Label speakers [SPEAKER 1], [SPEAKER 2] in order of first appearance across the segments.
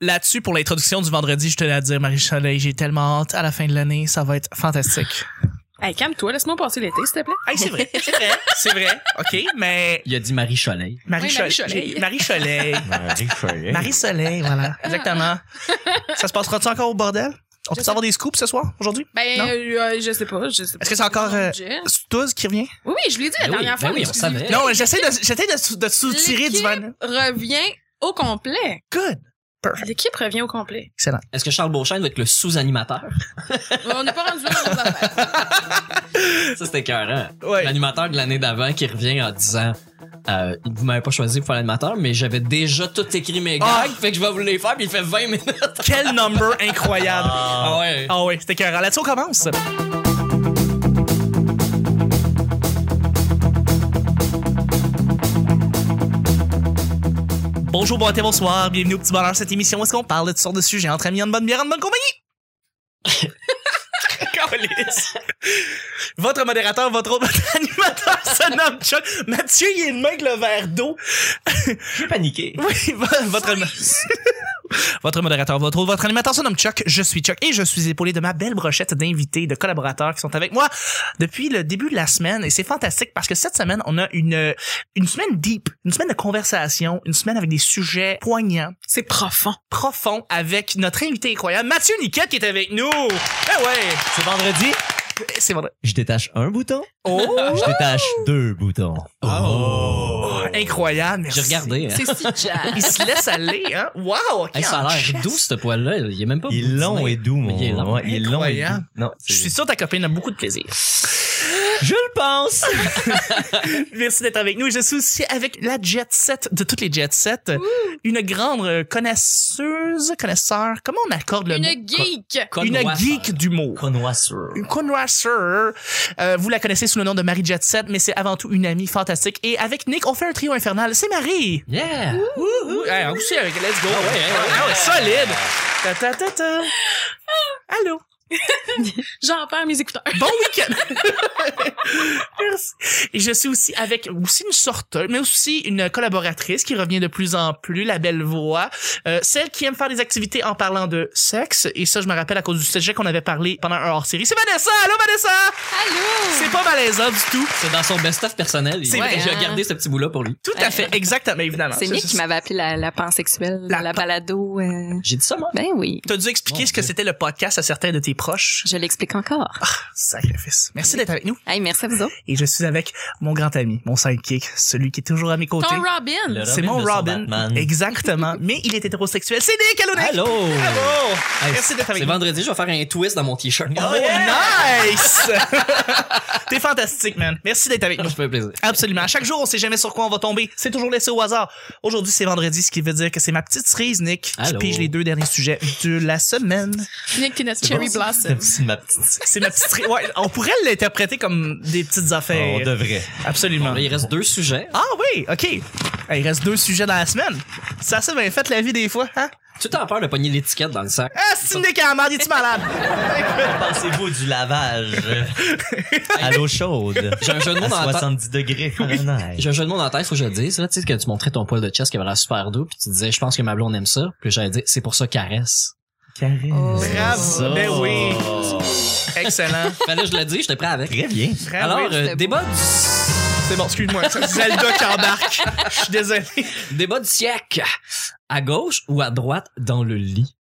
[SPEAKER 1] Là-dessus, pour l'introduction du vendredi, je te l'ai à dire, Marie-Soleil, j'ai tellement hâte à la fin de l'année, ça va être fantastique.
[SPEAKER 2] Hey, calme-toi, laisse-moi passer l'été, s'il te plaît.
[SPEAKER 1] Hey, c'est vrai, c'est vrai, c'est vrai. OK, mais
[SPEAKER 3] Il a dit Marie Cholet.
[SPEAKER 1] Marie-Soleil.
[SPEAKER 2] Marie-Soleil.
[SPEAKER 1] Marie-Soleil.
[SPEAKER 4] Marie Cholet.
[SPEAKER 1] Marie-Soleil, voilà. Exactement. Ça se passera-tu encore au bordel? On peut
[SPEAKER 2] sais-
[SPEAKER 1] avoir des scoops ce soir, aujourd'hui?
[SPEAKER 2] Ben,
[SPEAKER 1] Non.
[SPEAKER 2] euh, je sais pas, je sais pas.
[SPEAKER 1] Est-ce que c'est encore, euh,
[SPEAKER 2] Budget.
[SPEAKER 1] Stouz qui revient?
[SPEAKER 2] Oui, oui, je l'ai dit la
[SPEAKER 3] Ben oui,
[SPEAKER 2] dernière
[SPEAKER 3] ben
[SPEAKER 2] fois.
[SPEAKER 3] oui, on
[SPEAKER 2] l'exclusivité.
[SPEAKER 3] savait.
[SPEAKER 1] Non, j'essaie de, j'essaie de, de soutirer du van.
[SPEAKER 2] L'équipe revient au complet.
[SPEAKER 1] Good. Perfect.
[SPEAKER 2] Ben, L'équipe revient au complet.
[SPEAKER 1] Excellent.
[SPEAKER 3] Est-ce que Charles Beauchamp va être le sous-animateur?
[SPEAKER 2] On n'est pas rendu là dans nos affaires.
[SPEAKER 3] Ça, c'était écœurant.
[SPEAKER 1] Ouais.
[SPEAKER 3] L'animateur de l'année d'avant qui revient en disant euh, Vous m'avez pas choisi pour faire l'animateur, mais j'avais déjà tout écrit mes
[SPEAKER 1] Ah!
[SPEAKER 3] gags, fait que je vais vous les faire, puis il fait 20 minutes.
[SPEAKER 1] Quel number incroyable.
[SPEAKER 3] Ah ouais.
[SPEAKER 1] Ah oui, c'était carré. Là-dessus, on commence. Bonjour, bon été, bonsoir. Bienvenue au Petit Bonheur, cette émission où est-ce qu'on parle de toutes sortes de sujets entre amis, en bonne bière, en bonne compagnie. Câlisse. votre modérateur, votre autre votre animateur se nomme Chuck. Mathieu, il est de main avec le verre d'eau.
[SPEAKER 4] J'ai paniqué.
[SPEAKER 1] Oui, vo- votre... votre modérateur, votre hôte, votre animateur se nomme Chuck. Je suis Chuck et je suis épaulé de ma belle brochette d'invités, de collaborateurs qui sont avec moi depuis le début de la semaine. Et c'est fantastique parce que cette semaine, on a une, une semaine deep, une semaine de conversation, une semaine avec des sujets poignants,
[SPEAKER 2] C'est profond.
[SPEAKER 1] profonds, avec notre invité incroyable, Mathieu Niquette, qui est avec nous. Eh ouais,
[SPEAKER 4] C'est vendredi.
[SPEAKER 1] c'est vrai.
[SPEAKER 4] Je détache un bouton.
[SPEAKER 1] Oh,
[SPEAKER 4] Je détache deux boutons.
[SPEAKER 3] Oh.
[SPEAKER 1] incroyable.
[SPEAKER 3] J'ai
[SPEAKER 1] Ah, merci.
[SPEAKER 3] regardé. hein.
[SPEAKER 2] C'est Stitch.
[SPEAKER 1] Il se laisse aller, hein. Wow, ok.
[SPEAKER 3] Hey, ça
[SPEAKER 1] en
[SPEAKER 3] a
[SPEAKER 1] chess.
[SPEAKER 3] l'air doux, ce poil-là. Il est même pas
[SPEAKER 4] Il est long
[SPEAKER 3] boudiné.
[SPEAKER 4] et doux, mon.
[SPEAKER 3] Il est long.
[SPEAKER 4] Ouais, il est long et doux.
[SPEAKER 1] Incroyable.
[SPEAKER 4] Non,
[SPEAKER 1] Je suis sûr que ta copine a beaucoup de plaisir.
[SPEAKER 4] Je le pense.
[SPEAKER 1] Merci d'être avec nous. Je suis aussi avec la jet set de toutes les jet sets. Une grande euh, connaisseuse, connaisseur. Comment on accorde le mot?
[SPEAKER 2] Une geek.
[SPEAKER 1] Une
[SPEAKER 3] Connoisseur.
[SPEAKER 1] geek d'humour.
[SPEAKER 3] Connoisseur.
[SPEAKER 1] Une connoisseur. Euh, vous la connaissez sous le nom de Marie Jet Set, mais c'est avant tout une amie fantastique. Et avec Nick, on fait un trio infernal. C'est Marie.
[SPEAKER 3] Yeah!
[SPEAKER 1] Ouais, on aussi avec Let's Go.
[SPEAKER 3] Ah ouais, ouais, ouais.
[SPEAKER 1] Ah ouais, solide. Ta, ta, ta, ta. Allô.
[SPEAKER 2] J'en perds mes écouteurs.
[SPEAKER 1] Bon week-end! Merci. Et je suis aussi avec aussi une sorteuse, mais aussi une collaboratrice qui revient de plus en plus, la belle voix. Euh, celle qui aime faire des activités en parlant de sexe. Et ça, je me rappelle à cause du sujet qu'on avait parlé pendant un hors-série. C'est Vanessa! Allô, Vanessa!
[SPEAKER 2] Allô!
[SPEAKER 1] C'est pas malaisant du tout.
[SPEAKER 3] C'est dans son best-of personnel. Il-
[SPEAKER 1] C'est vrai.
[SPEAKER 3] J'ai gardé ce petit bout-là pour lui.
[SPEAKER 1] Tout à fait. Exactement, évidemment.
[SPEAKER 5] C'est
[SPEAKER 1] Ça,
[SPEAKER 5] Nick
[SPEAKER 1] ça,
[SPEAKER 5] qui m'avait appelé la, la pansexuelle,
[SPEAKER 1] Ah, La
[SPEAKER 5] la, la
[SPEAKER 1] pan-
[SPEAKER 5] balado. euh,
[SPEAKER 3] J'ai dit ça, moi.
[SPEAKER 5] ben oui,
[SPEAKER 1] T'as dû expliquer
[SPEAKER 3] Mon
[SPEAKER 1] ce que
[SPEAKER 3] Dieu.
[SPEAKER 1] c'était le podcast à certains de tes proches.
[SPEAKER 5] je l'explique encore.
[SPEAKER 1] Sacrifice. Merci d'être avec nous.
[SPEAKER 5] Hey, merci à vous autres.
[SPEAKER 1] Et je suis avec mon grand ami, mon sidekick, celui qui est toujours à mes côtés.
[SPEAKER 2] Ton Robin.
[SPEAKER 3] Le-
[SPEAKER 1] C'est
[SPEAKER 3] Robin
[SPEAKER 1] mon
[SPEAKER 3] de son
[SPEAKER 1] Robin.
[SPEAKER 3] Batman.
[SPEAKER 1] Exactement. Mais il est hétérosexuel. C'est Nick, allô Nick!
[SPEAKER 3] Allô!
[SPEAKER 1] Bravo!
[SPEAKER 3] Hey,
[SPEAKER 1] Merci d'être avec
[SPEAKER 3] C'est
[SPEAKER 1] nous.
[SPEAKER 3] vendredi, je vais faire un twist dans mon t-shirt.
[SPEAKER 1] Oh, nice! T'es fantastique, man. Merci d'être avec
[SPEAKER 3] Ça
[SPEAKER 1] nous.
[SPEAKER 3] me fait plaisir.
[SPEAKER 1] Absolument. À chaque jour, on sait jamais sur quoi on va tomber. C'est toujours laissé au hasard. Aujourd'hui, c'est vendredi, ce qui veut dire que c'est ma petite cerise, Nick, qui
[SPEAKER 3] Allô.
[SPEAKER 1] pige les deux derniers sujets de la semaine.
[SPEAKER 2] Nick, t'es notre Cherry Blossom.
[SPEAKER 4] C'est ma petite.
[SPEAKER 1] C'est ma petite cerise. Ouais, on pourrait l'interpréter comme des petites affaires.
[SPEAKER 4] On devrait.
[SPEAKER 1] Absolument.
[SPEAKER 3] Là, il reste deux sujets.
[SPEAKER 1] Ah oui, OK. Hey, Il reste deux sujets dans la semaine. Ça, c'est bien fait la vie des fois, hein?
[SPEAKER 3] Tu t'en peur de pogner l'étiquette dans le sac.
[SPEAKER 1] Ah, c'est une décamade, es-tu malade?
[SPEAKER 4] Pensez-vous du lavage à l'eau chaude
[SPEAKER 3] J'ai un jeu de mots
[SPEAKER 4] à
[SPEAKER 3] dans la tête.
[SPEAKER 4] 70 degrés Ah, Fahrenheit.
[SPEAKER 3] J'ai un jeu de mots dans la tête, faut que je le dise. Là, tu sais, que tu montrais ton poil de chest qui avait l'air super doux, puis tu disais, je pense que ma blonde aime ça. Puis j'allais dire, c'est pour ça caresse.
[SPEAKER 1] Bravo.
[SPEAKER 4] Ça.
[SPEAKER 3] Oh.
[SPEAKER 1] Ben oui. Excellent.
[SPEAKER 3] Fallait que je le dise, j'étais prêt avec.
[SPEAKER 4] Très bien.
[SPEAKER 3] Alors,
[SPEAKER 1] Bravo.
[SPEAKER 3] euh,
[SPEAKER 5] beau.
[SPEAKER 3] débat du...
[SPEAKER 1] c'est bon, excuse-moi. C'est Zelda qui embarque. Je suis désolé.
[SPEAKER 3] débat du siècle. À gauche ou à droite dans le lit?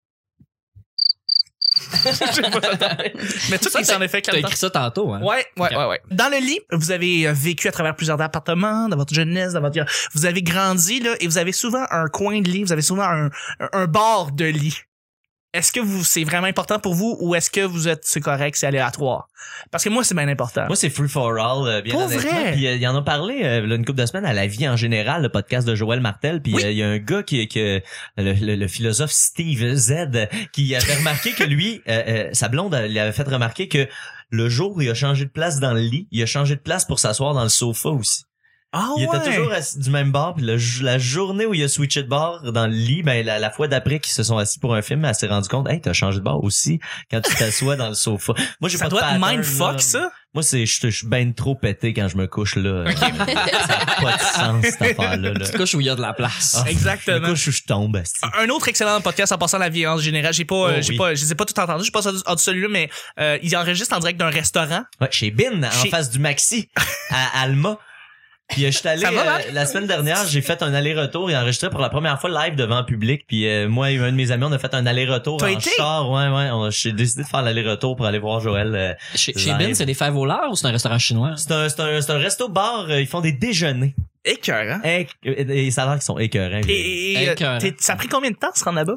[SPEAKER 1] J'ai pas le temps. Mais tout
[SPEAKER 3] Ça,
[SPEAKER 1] est en effet
[SPEAKER 3] T'as
[SPEAKER 1] clair.
[SPEAKER 3] écrit ça tantôt, hein?
[SPEAKER 1] Ouais, ouais, ouais, ouais. Dans le lit, vous avez euh, vécu à travers plusieurs appartements, dans votre jeunesse, dans votre, vous avez grandi, là, et vous avez souvent un coin de lit, vous avez souvent un, un bord de lit. Est-ce que vous, c'est vraiment important pour vous, ou est-ce que vous êtes, c'est correct, c'est aléatoire? Parce que moi, c'est bien important.
[SPEAKER 4] Moi, c'est Free for All, euh, bien
[SPEAKER 1] Pour
[SPEAKER 4] honnêtement.
[SPEAKER 1] vrai?
[SPEAKER 4] Puis, euh, ils en ont parlé euh, là, une couple de semaines à La Vie en général, le podcast de Joël Martel. Puis, euh,
[SPEAKER 1] Oui.
[SPEAKER 4] il y a un gars qui, qui euh, le, le- le philosophe Steve Z, euh, qui avait remarqué que lui, euh, euh, sa blonde, elle, lui avait fait remarquer que le jour où il a changé de place dans le lit, il a changé de place pour s'asseoir dans le sofa aussi.
[SPEAKER 1] Ah
[SPEAKER 4] Il était toujours assis du même bord, puis le j- la journée où il a switché de bord dans le lit, ben la, la fois d'après qu'ils se sont assis pour un film, elle s'est rendue compte, hey, t'as changé de bord aussi quand tu t'assois dans le sofa. Moi, j'ai
[SPEAKER 1] Ça
[SPEAKER 4] pas
[SPEAKER 1] doit
[SPEAKER 4] de
[SPEAKER 1] être
[SPEAKER 4] pattern,
[SPEAKER 1] mindfuck,
[SPEAKER 4] là.
[SPEAKER 1] ça.
[SPEAKER 4] Moi, c'est, je je suis ben trop pété quand je me couche, là. Ça n'a pas de sens, cette affaire-là, là.
[SPEAKER 3] Tu te couches où il y a de la place.
[SPEAKER 4] Ah, Je me
[SPEAKER 1] Exactement.
[SPEAKER 4] couche où je tombe, asti.
[SPEAKER 1] Un autre excellent podcast en passant la vie en général. J'ai pas, euh,
[SPEAKER 4] Oh,
[SPEAKER 1] j'ai
[SPEAKER 4] oui.
[SPEAKER 1] pas, je les ai pas tout entendu. J'ai pas entendu celui-là, mais euh, ils enregistrent en direct d'un restaurant.
[SPEAKER 4] Ouais, chez Bin, en
[SPEAKER 1] Chez-
[SPEAKER 4] face du Maxi, à Alma. Puis euh, je suis allé
[SPEAKER 1] Ça va,
[SPEAKER 4] euh,
[SPEAKER 1] Val?
[SPEAKER 4] la semaine dernière, j'ai fait un aller-retour et enregistré pour la première fois live devant public. Puis euh, moi et un de mes amis, on a fait un aller-retour en
[SPEAKER 1] T'as été?
[SPEAKER 4] char. Ouais, ouais. on- J'ai décidé de faire l'aller-retour pour aller voir Joël. euh.
[SPEAKER 3] Chez, chez
[SPEAKER 4] Live.
[SPEAKER 3] Bin, c'est des fèves au lard ou c'est un restaurant chinois?
[SPEAKER 4] C'est un, c'est un, c'est un resto-bar. euh, Ils font des déjeuners.
[SPEAKER 1] Écœurant.
[SPEAKER 4] Et, et, et ça a l'air qu'ils sont écœurants.
[SPEAKER 1] Et, et, euh,
[SPEAKER 3] Écœurant.
[SPEAKER 1] t'es- ça a pris combien de temps de se rendre là-bas?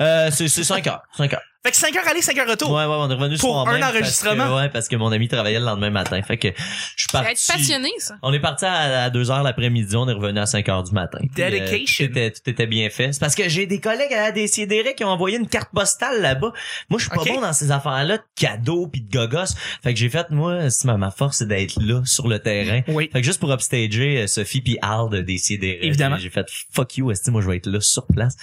[SPEAKER 4] Euh, c'est 5 heures. 5 heures.
[SPEAKER 1] Fait que 5 heures aller, 5 heures retour.
[SPEAKER 4] Ouais, ouais, on est revenu
[SPEAKER 1] Pour
[SPEAKER 4] soir
[SPEAKER 1] un
[SPEAKER 4] même parce que-
[SPEAKER 1] enregistrement?
[SPEAKER 4] ouais, parce que mon ami travaillait le lendemain matin. Fait que je suis
[SPEAKER 2] Ça
[SPEAKER 4] parti.
[SPEAKER 2] va être passionné, ça.
[SPEAKER 4] On est parti à, à 2 heures l'après-midi, on est revenu à 5 heures du matin. Puis, euh,
[SPEAKER 1] Dedication.
[SPEAKER 4] tout, était, tout était bien fait. C'est parce que j'ai des collègues à des qui ont envoyé une carte postale là-bas. Moi, je suis pas
[SPEAKER 1] Ok.
[SPEAKER 4] bon dans ces affaires-là de cadeaux puis de gogos. Fait que j'ai fait, moi, c'est ma, ma force, c'est d'être là, sur le terrain.
[SPEAKER 1] Oui.
[SPEAKER 4] Fait que juste pour upstager euh, Sophie puis Al de DCDR.
[SPEAKER 1] Évidemment.
[SPEAKER 4] J'ai fait, fuck you, estime, moi, je vais être là, sur place.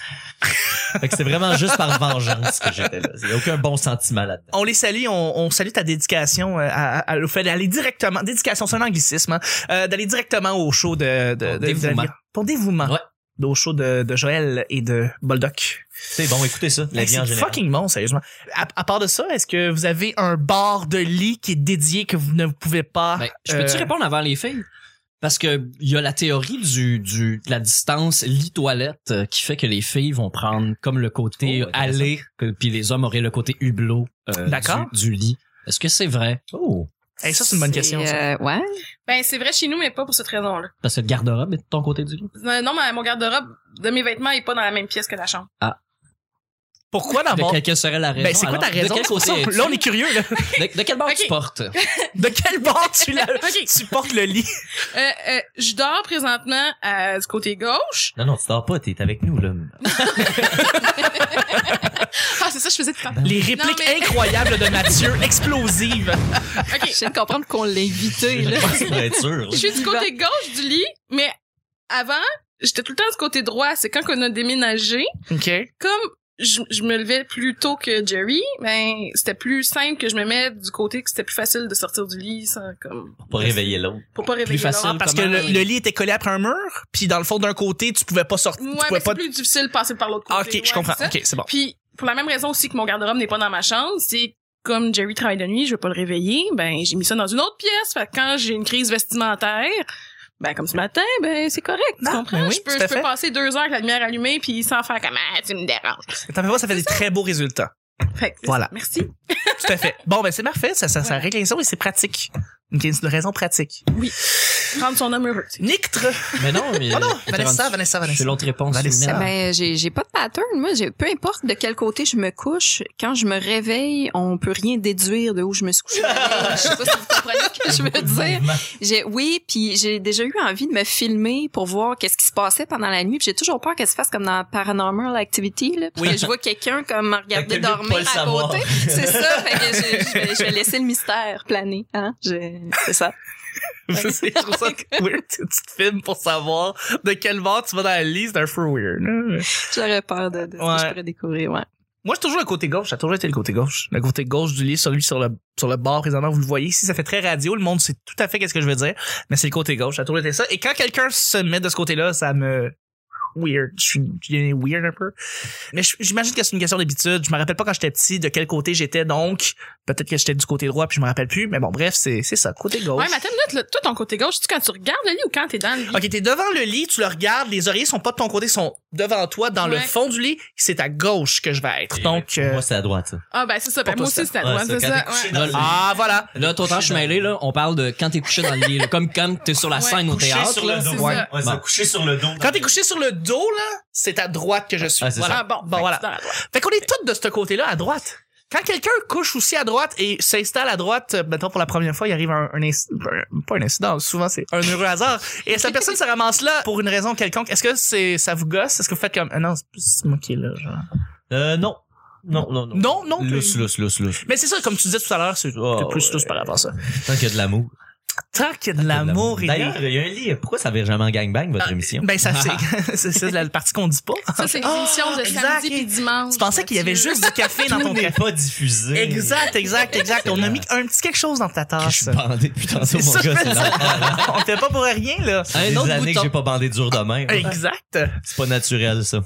[SPEAKER 4] fait que c'est vraiment juste par vengeance que j'étais là. Il y a aucun bon sentiment là-dedans.
[SPEAKER 1] On les salue, on, on salue ta dédication euh, à, à- au fait d'aller directement, dédication, c'est un anglicisme, hein, euh, d'aller directement au show de... de,
[SPEAKER 3] Ton
[SPEAKER 1] de- de-
[SPEAKER 3] dévouement.
[SPEAKER 1] ton dévouement.
[SPEAKER 3] Ouais.
[SPEAKER 1] Au show de, de Joël et de Boldoc.
[SPEAKER 4] C'est bon, écoutez ça, la
[SPEAKER 1] Hey,
[SPEAKER 4] vie en
[SPEAKER 1] C'est
[SPEAKER 4] général.
[SPEAKER 1] fucking bon, sérieusement. À, à part de ça, est-ce que vous avez un bar de lit qui est dédié que vous ne pouvez pas...
[SPEAKER 3] Ben, je peux-tu
[SPEAKER 1] euh,
[SPEAKER 3] répondre avant les filles? Parce que il y a la théorie du, du de la distance lit-toilette euh, qui fait que les filles vont prendre comme le côté
[SPEAKER 4] Oh, intéressant.
[SPEAKER 3] aller, que- puis les hommes auraient le côté hublot euh,
[SPEAKER 1] D'accord.
[SPEAKER 3] du, du lit. Est-ce que c'est vrai?
[SPEAKER 4] Oh.
[SPEAKER 1] hey, ça, c'est une bonne question. ça.
[SPEAKER 5] euh, ouais.
[SPEAKER 2] Ben, c'est vrai chez nous, mais pas pour cette raison-là.
[SPEAKER 3] Parce que le garde-robe est de ton côté du lit.
[SPEAKER 2] Euh, Non, mais mon garde-robe de mes vêtements est pas dans la même pièce que la chambre.
[SPEAKER 1] Pourquoi dans
[SPEAKER 3] De
[SPEAKER 1] mon...
[SPEAKER 3] quelle- quelle serait la raison?
[SPEAKER 1] Ah Ben, c'est quoi ta
[SPEAKER 3] alors?
[SPEAKER 1] raison?
[SPEAKER 3] De quel côté
[SPEAKER 1] Ça,
[SPEAKER 3] es-tu?
[SPEAKER 1] Là, on est curieux. là.
[SPEAKER 3] De, de quel bord tu
[SPEAKER 2] Ok.
[SPEAKER 3] portes?
[SPEAKER 1] De quel bord tu, la...
[SPEAKER 2] Ok.
[SPEAKER 1] tu portes le lit?
[SPEAKER 2] Euh, euh, je dors présentement euh, du côté gauche.
[SPEAKER 4] Non, non, tu dors pas, t'es avec nous, là.
[SPEAKER 2] Ah, c'est ça que je faisais tout le temps.
[SPEAKER 1] Les répliques
[SPEAKER 2] Non, mais-
[SPEAKER 1] incroyables de Mathieu, explosives.
[SPEAKER 2] OK.
[SPEAKER 5] Je viens de comprendre qu'on l'a évité, là.
[SPEAKER 4] Juste pour être sûr.
[SPEAKER 2] Je suis du côté gauche du lit, mais avant, j'étais tout le temps du côté droit. C'est quand on a déménagé,
[SPEAKER 1] OK.
[SPEAKER 2] comme je, je me levais plus tôt que Jerry, ben c'était plus simple que je me mette du côté que c'était plus facile de sortir du lit sans comme
[SPEAKER 4] Pour pas réveiller l'autre.
[SPEAKER 2] pour pas réveiller l'autre.
[SPEAKER 3] facile.
[SPEAKER 1] Parce que le, le lit était collé après un mur, puis dans le fond d'un côté, tu pouvais pas sortir.
[SPEAKER 2] Ouais,
[SPEAKER 1] tu pouvais
[SPEAKER 2] mais
[SPEAKER 1] pas.
[SPEAKER 2] c'est plus difficile de passer par l'autre
[SPEAKER 1] Ah,
[SPEAKER 2] côté.
[SPEAKER 1] ok,
[SPEAKER 2] Ouais,
[SPEAKER 1] je comprends.
[SPEAKER 2] c'est ça.
[SPEAKER 1] Ok, c'est bon.
[SPEAKER 2] Puis pour la même raison aussi que mon garde-robe n'est pas dans ma chambre, c'est comme Jerry travaille de nuit, je veux pas le réveiller, ben j'ai mis ça dans une autre pièce. Fait que quand j'ai une crise vestimentaire, ben comme ce matin, ben c'est correct, tu
[SPEAKER 1] Ah,
[SPEAKER 2] comprends
[SPEAKER 1] ben oui,
[SPEAKER 2] Je peux
[SPEAKER 1] tout à
[SPEAKER 2] je peux
[SPEAKER 1] fait.
[SPEAKER 2] passer deux heures avec la lumière allumée puis sans faire comme ah tu me déranges.
[SPEAKER 1] T'en fais pas, ça fait des très beaux résultats.
[SPEAKER 2] Fait que c'est
[SPEAKER 1] Voilà.
[SPEAKER 2] ça. Merci.
[SPEAKER 1] Tout à fait. Bon, ben c'est parfait, ça, ça, ça
[SPEAKER 2] Voilà.
[SPEAKER 1] règle les choses et c'est pratique. Ok, C'est une raison pratique.
[SPEAKER 2] Rendre son homme heureux. tu sais.
[SPEAKER 1] Nictre.
[SPEAKER 3] Mais non, mais.
[SPEAKER 1] Oh non,
[SPEAKER 3] t'es
[SPEAKER 1] Vanessa,
[SPEAKER 3] rendu-
[SPEAKER 1] Vanessa,
[SPEAKER 3] Je fais
[SPEAKER 1] Vanessa.
[SPEAKER 3] l'autre réponse.
[SPEAKER 1] Vanessa.
[SPEAKER 4] Ah.
[SPEAKER 3] féminine.
[SPEAKER 5] Ben, j'ai, j'ai pas de pattern. Moi, j'ai, peu importe de quel côté je me couche, quand je me réveille, on peut rien déduire de où je me suis couchée. je sais pas si vous comprenez ce que je veux dire. J'ai, oui, puis j'ai déjà eu envie de me filmer pour voir qu'est-ce qui se passait pendant la nuit. Puis j'ai toujours peur qu'elle se fasse comme dans Paranormal Activity, là, puis
[SPEAKER 1] Oui.
[SPEAKER 5] que je vois quelqu'un comme me regarder
[SPEAKER 4] Fait que t'es mieux de
[SPEAKER 5] dormir
[SPEAKER 4] pas le
[SPEAKER 5] à
[SPEAKER 4] savoir.
[SPEAKER 5] côté. C'est ça. Fait que je, je vais, je vais laisser le mystère planer. Hein? Je- c'est ça.
[SPEAKER 1] Je sais, je trouve ça weird. Tu te filmes pour savoir de quel bord tu vas dans la liste, c'est un peu weird.
[SPEAKER 5] J'aurais peur de, de ce que
[SPEAKER 1] Ouais.
[SPEAKER 5] je pourrais découvrir. Ouais.
[SPEAKER 1] Moi, j'ai toujours le côté gauche. Ça a toujours été le côté gauche. Le côté gauche du lit, celui sur le, sur le bord, présentement, vous le voyez ici, ça fait très radio. Le monde sait tout à fait qu'est-ce que je veux dire. Mais c'est le côté gauche. Ça a toujours été ça. Et quand quelqu'un se met de ce côté-là, ça me, weird. Je suis je deviens weird un peu. Mais je- j'imagine que c'est une question d'habitude. Je me rappelle pas quand j'étais petit de quel côté j'étais, donc peut-être que j'étais du côté droit puis je me rappelle plus. Mais bon, bref, c'est, c'est ça, côté gauche.
[SPEAKER 2] Ouais, mais attends une minute, là, toi ton côté gauche, tu quand tu regardes le lit ou quand t'es dans le lit.
[SPEAKER 1] Ah. Ok, t'es devant le lit, tu le regardes, les oreillers sont pas de ton côté, sont devant toi, dans le
[SPEAKER 2] Ouais.
[SPEAKER 1] fond du lit, c'est à gauche que je vais être. Donc, euh,
[SPEAKER 4] Moi, c'est à droite, ça.
[SPEAKER 2] Ah ben c'est ça,
[SPEAKER 1] Pour
[SPEAKER 2] ben moi
[SPEAKER 1] toi,
[SPEAKER 2] aussi c'est à
[SPEAKER 4] Ouais,
[SPEAKER 2] droite,
[SPEAKER 4] ça,
[SPEAKER 2] c'est
[SPEAKER 4] quand
[SPEAKER 2] ça.
[SPEAKER 4] t'es couché
[SPEAKER 2] ouais.
[SPEAKER 4] dans le lit.
[SPEAKER 1] ah, voilà.
[SPEAKER 3] Là, ton temps, je suis mêlé, là. On parle de quand t'es couché dans le lit, là, comme quand t'es sur la
[SPEAKER 2] Ouais,
[SPEAKER 3] scène au
[SPEAKER 4] Couché
[SPEAKER 3] théâtre.
[SPEAKER 4] sur
[SPEAKER 3] là.
[SPEAKER 4] le dos.
[SPEAKER 2] c'est
[SPEAKER 4] Ouais,
[SPEAKER 2] ça.
[SPEAKER 4] ouais, c'est couché sur le dos.
[SPEAKER 1] Quand t'es couché sur le dos, là, c'est à droite que je suis.
[SPEAKER 4] Ah, c'est
[SPEAKER 1] voilà.
[SPEAKER 2] Ah bon,
[SPEAKER 1] Bon,
[SPEAKER 2] fait
[SPEAKER 1] voilà.
[SPEAKER 2] que c'est dans la droite.
[SPEAKER 1] Fait qu'on est tous de ce côté-là, à droite. Quand quelqu'un couche aussi à droite et s'installe à droite, euh, mettons pour la première fois, il arrive un, un inc- un- pas un incident, souvent c'est un heureux hasard, et cette personne se ramasse là pour une raison quelconque. Est-ce que c'est ça vous gosse? Est-ce que vous faites comme, Ah non, c'est- c'est moi qui est là, genre.
[SPEAKER 4] Euh, non. Non, non, non.
[SPEAKER 1] Non, non.
[SPEAKER 4] Lousse,
[SPEAKER 1] plus.
[SPEAKER 4] lousse, lousse, lousse.
[SPEAKER 1] Mais c'est ça, comme tu disais tout à l'heure, c'est
[SPEAKER 4] Oh,
[SPEAKER 1] t'es plus tous
[SPEAKER 4] ouais.
[SPEAKER 1] par rapport à ça.
[SPEAKER 4] Tant qu'il y a de l'amour.
[SPEAKER 1] Tant qu'il y a de l'amour, il y a-
[SPEAKER 4] D'ailleurs, il y a un lit. Pourquoi ça vire jamais en gangbang, votre émission?
[SPEAKER 1] Ben, ça, c'est, c'est ça, la partie qu'on dit pas.
[SPEAKER 2] Ça, c'est
[SPEAKER 1] Ah,
[SPEAKER 2] une émission de
[SPEAKER 1] exact.
[SPEAKER 2] samedi et dimanche.
[SPEAKER 1] Tu pensais qu'il y avait
[SPEAKER 2] Mathieu.
[SPEAKER 1] juste du café dans ton
[SPEAKER 4] n'est
[SPEAKER 1] café.
[SPEAKER 4] pas diffusé.
[SPEAKER 1] Exact, exact, exact. On a mis un petit quelque chose dans ta
[SPEAKER 4] Je suis
[SPEAKER 1] tasse.
[SPEAKER 4] bandé depuis tantôt,
[SPEAKER 1] C'est
[SPEAKER 4] mon
[SPEAKER 1] ça,
[SPEAKER 4] gars.
[SPEAKER 1] je
[SPEAKER 4] C'est
[SPEAKER 1] fais
[SPEAKER 4] l'enfer.
[SPEAKER 1] ça. On le fait pas pour rien, là.
[SPEAKER 4] Ça fait
[SPEAKER 3] Un autre
[SPEAKER 4] des années que
[SPEAKER 3] bouton.
[SPEAKER 4] j'ai pas bandé dur de même.
[SPEAKER 1] Exact.
[SPEAKER 4] C'est pas naturel, ça.